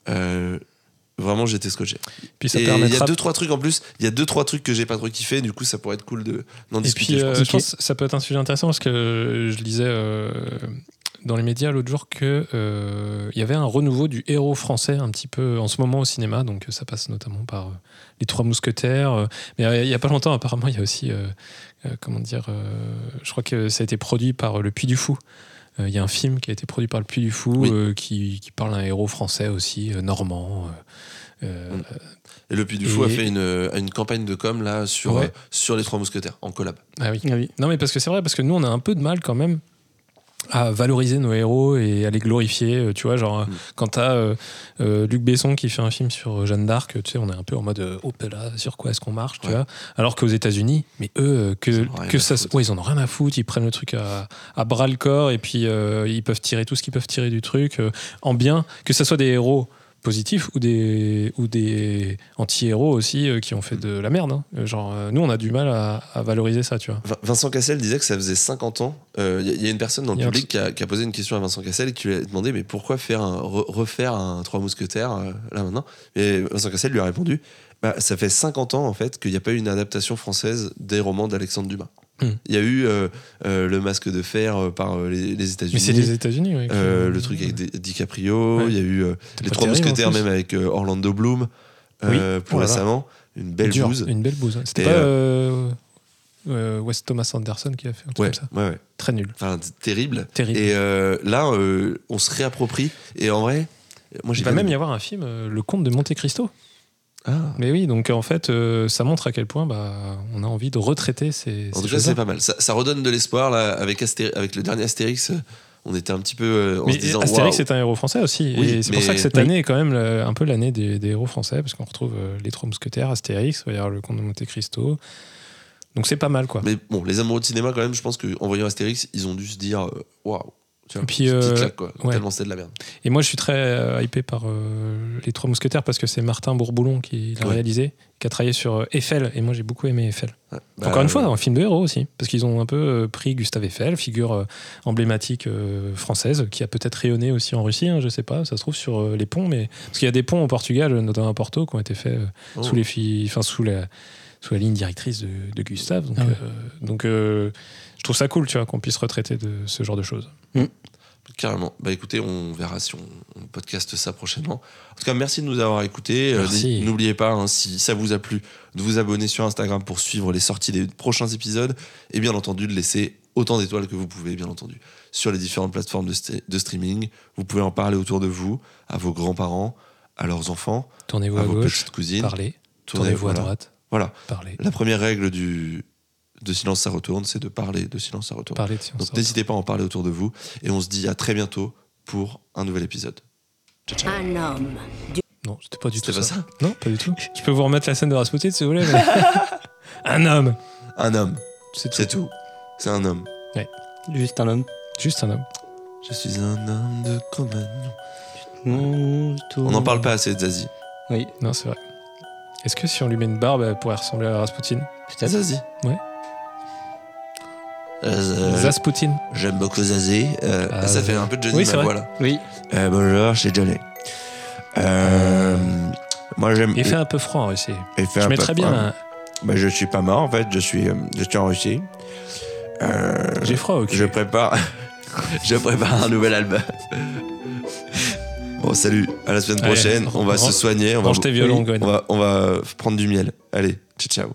Euh, vraiment j'étais scotché. Puis ça et permettra... Il y a deux trois trucs en plus. Il y a deux trois trucs que j'ai pas trop kiffé. Du coup, ça pourrait être cool de d'en discuter. Et puis, je, euh, pense. je pense. que ça peut être un sujet intéressant parce que je lisais. Euh, dans les médias l'autre jour qu'il euh, y avait un renouveau du héros français un petit peu en ce moment au cinéma, donc ça passe notamment par euh, Les Trois Mousquetaires. euh, mais il n'y a pas longtemps, apparemment, il y a aussi, euh, euh, comment dire, euh, je crois que ça a été produit par Le Puy du Fou. Euh, Il y a un film qui a été produit par Le Puy du Fou Oui. euh, qui, qui parle d'un héros français aussi, euh, normand. euh, euh, Et le Puy du Fou a Et- fait une, euh, une campagne de com là sur, Ouais. euh, sur les trois mousquetaires en collab. Ah oui. Non, mais parce que c'est vrai, parce que nous, on a un peu de mal quand même à valoriser nos héros et à les glorifier. euh, Tu vois, genre, euh, Mm. quand t'as euh, euh, Luc Besson qui fait un film sur euh, Jeanne d'Arc, tu sais, on est un peu en mode euh, oh, là, sur quoi est-ce qu'on marche, tu Ouais. vois. Alors qu'aux États-Unis, mais eux, euh, que, ont rien que à ça. se- Ouais, ils en ont rien à foutre, ils prennent le truc à, à bras le corps et puis euh, ils peuvent tirer tout ce qu'ils peuvent tirer du truc euh, en bien, que ça soit des héros positifs ou des, ou des anti-héros aussi euh, qui ont Mm. fait de la merde. hein. Euh, Genre, euh, nous, on a du mal à, à valoriser ça, tu vois. Vin- Vincent Cassel disait que ça faisait 50 ans. Euh, Il y, a- il y a une personne dans Il le y a un public qui a, qui a posé une question à Vincent Cassel et qui lui a demandé mais pourquoi faire un- re- refaire un Trois Mousquetaires euh, là maintenant Et Vincent Cassel lui a répondu bah, ça fait 50 ans en fait qu'il n'y a pas eu une adaptation française des romans d'Alexandre Dumas. Hmm. Il y a eu euh, euh, Le Masque de Fer euh, par euh, les, les États-Unis. Mais c'est les États-Unis, oui. Euh, le truc avec Di- DiCaprio, Ouais. il y a eu euh, C'était Les pas Trois terrible, en Mousquetaires, plus. même avec euh, Orlando Bloom, euh, Oui. plus Oh là là. récemment. Une belle Dur, bouse. Une belle bouse. hein. C'était Et, pas euh, euh, euh, Wes Thomas Anderson qui a fait un truc ouais, comme ça. ouais, ouais. Très nul. Enfin, t- terrible. Terrible. Et euh, là, euh, on se réapproprie. Et en vrai, moi j'ai Il va pas même de- y avoir un film, euh, Le Comte de Monte Cristo. Ah. Mais oui, donc euh, en fait, euh, ça montre à quel point bah, on a envie de retraiter ces. En tout ces cas, choses-là. c'est pas mal. Ça, ça redonne de l'espoir là avec Asté- avec le dernier Astérix. euh, On était un petit peu euh, en Mais se disant Astérix waouh. est un héros français aussi. Oui, et c'est pour mais- ça que cette Oui. année est quand même le- un peu l'année des, des héros français, parce qu'on retrouve euh, les Trois Mousquetaires, Astérix, il va y avoir le Comte de Monte Cristo. Donc c'est pas mal, quoi. Mais bon, les amoureux de cinéma quand même, je pense qu'en voyant Astérix, ils ont dû se dire euh, waouh. Tu vois, Et puis, petite euh, claque, quoi. ouais. Tellement c'était de la merde. Et moi, je suis très euh, hypé par euh, Les Trois Mousquetaires parce que c'est Martin Bourboulon qui l'a Ouais. réalisé, qui a travaillé sur euh, Eiffel. Et moi, j'ai beaucoup aimé Eiffel. Bah, Encore une euh, fois, un film de héros aussi. Parce qu'ils ont un peu euh, pris Gustave Eiffel, figure euh, emblématique euh, française, qui a peut-être rayonné aussi en Russie, hein, je sais pas. Ça se trouve sur euh, les ponts. mais Parce qu'il y a des ponts au Portugal, notamment à Porto, qui ont été faits euh, Oh. sous, les filles, enfin, sous, la, sous la ligne directrice de, de Gustave. Donc, Ah ouais. euh, donc euh, je trouve ça cool tu vois, qu'on puisse retraiter de ce genre de choses. Carrément. Bah écoutez, on verra si on, on podcaste ça prochainement. En tout cas, merci de nous avoir écoutés. Euh, Merci. n- N'oubliez pas, hein, si ça vous a plu, de vous abonner sur Instagram pour suivre les sorties des prochains épisodes et bien entendu de laisser autant d'étoiles que vous pouvez, bien entendu, sur les différentes plateformes de, st- de streaming. Vous pouvez en parler autour de vous, à vos grands-parents, à leurs enfants, Tournez-vous à à, Ah, vos gauche, petites cousines. parlez. Tournez- Tournez-vous à voilà. droite, Voilà. parlez. La première règle du, de Silence ça retourne, c'est de parler de Silence ça retourne. Parlez de Silence, ça Donc n'hésitez pas à en parler autour de vous et on se dit à très bientôt pour un nouvel épisode. Un homme. du- Non, c'était pas du tout C'était ça. pas Non, pas du tout. Je peux vous remettre la scène de Rasputin si vous voulez. mais- un homme. Un homme, C'est tout. c'est tout. C'est un homme. Juste un homme. Juste un homme. Je suis un homme de Cro-Magnon. On On n'en parle pas assez de Zazie. Oui, Non, c'est vrai. Est-ce que si on lui met une barbe, elle pourrait ressembler à Rasputin peut-être. Zazie Ouais. Euh, Zasputin. J'aime beaucoup Zazie. Euh, Ah, ça fait Zazie. un peu de Johnny Oui, c'est ma vrai. voix, là. Oui. Euh, bonjour, c'est Johnny. Euh, moi j'aime. Il fait un peu froid en Russie. il fait Je un peu mettrais bien froid. un... Bah, je suis pas mort en fait, je suis, euh, je suis en Russie. Euh, J'ai froid au cul. je prépare, je prépare un nouvel album. Bon, salut, à la semaine Allez, prochaine. on va range- se soigner, on va, range tes violons, on Gwen. va, on va prendre du miel. Allez, ciao, ciao.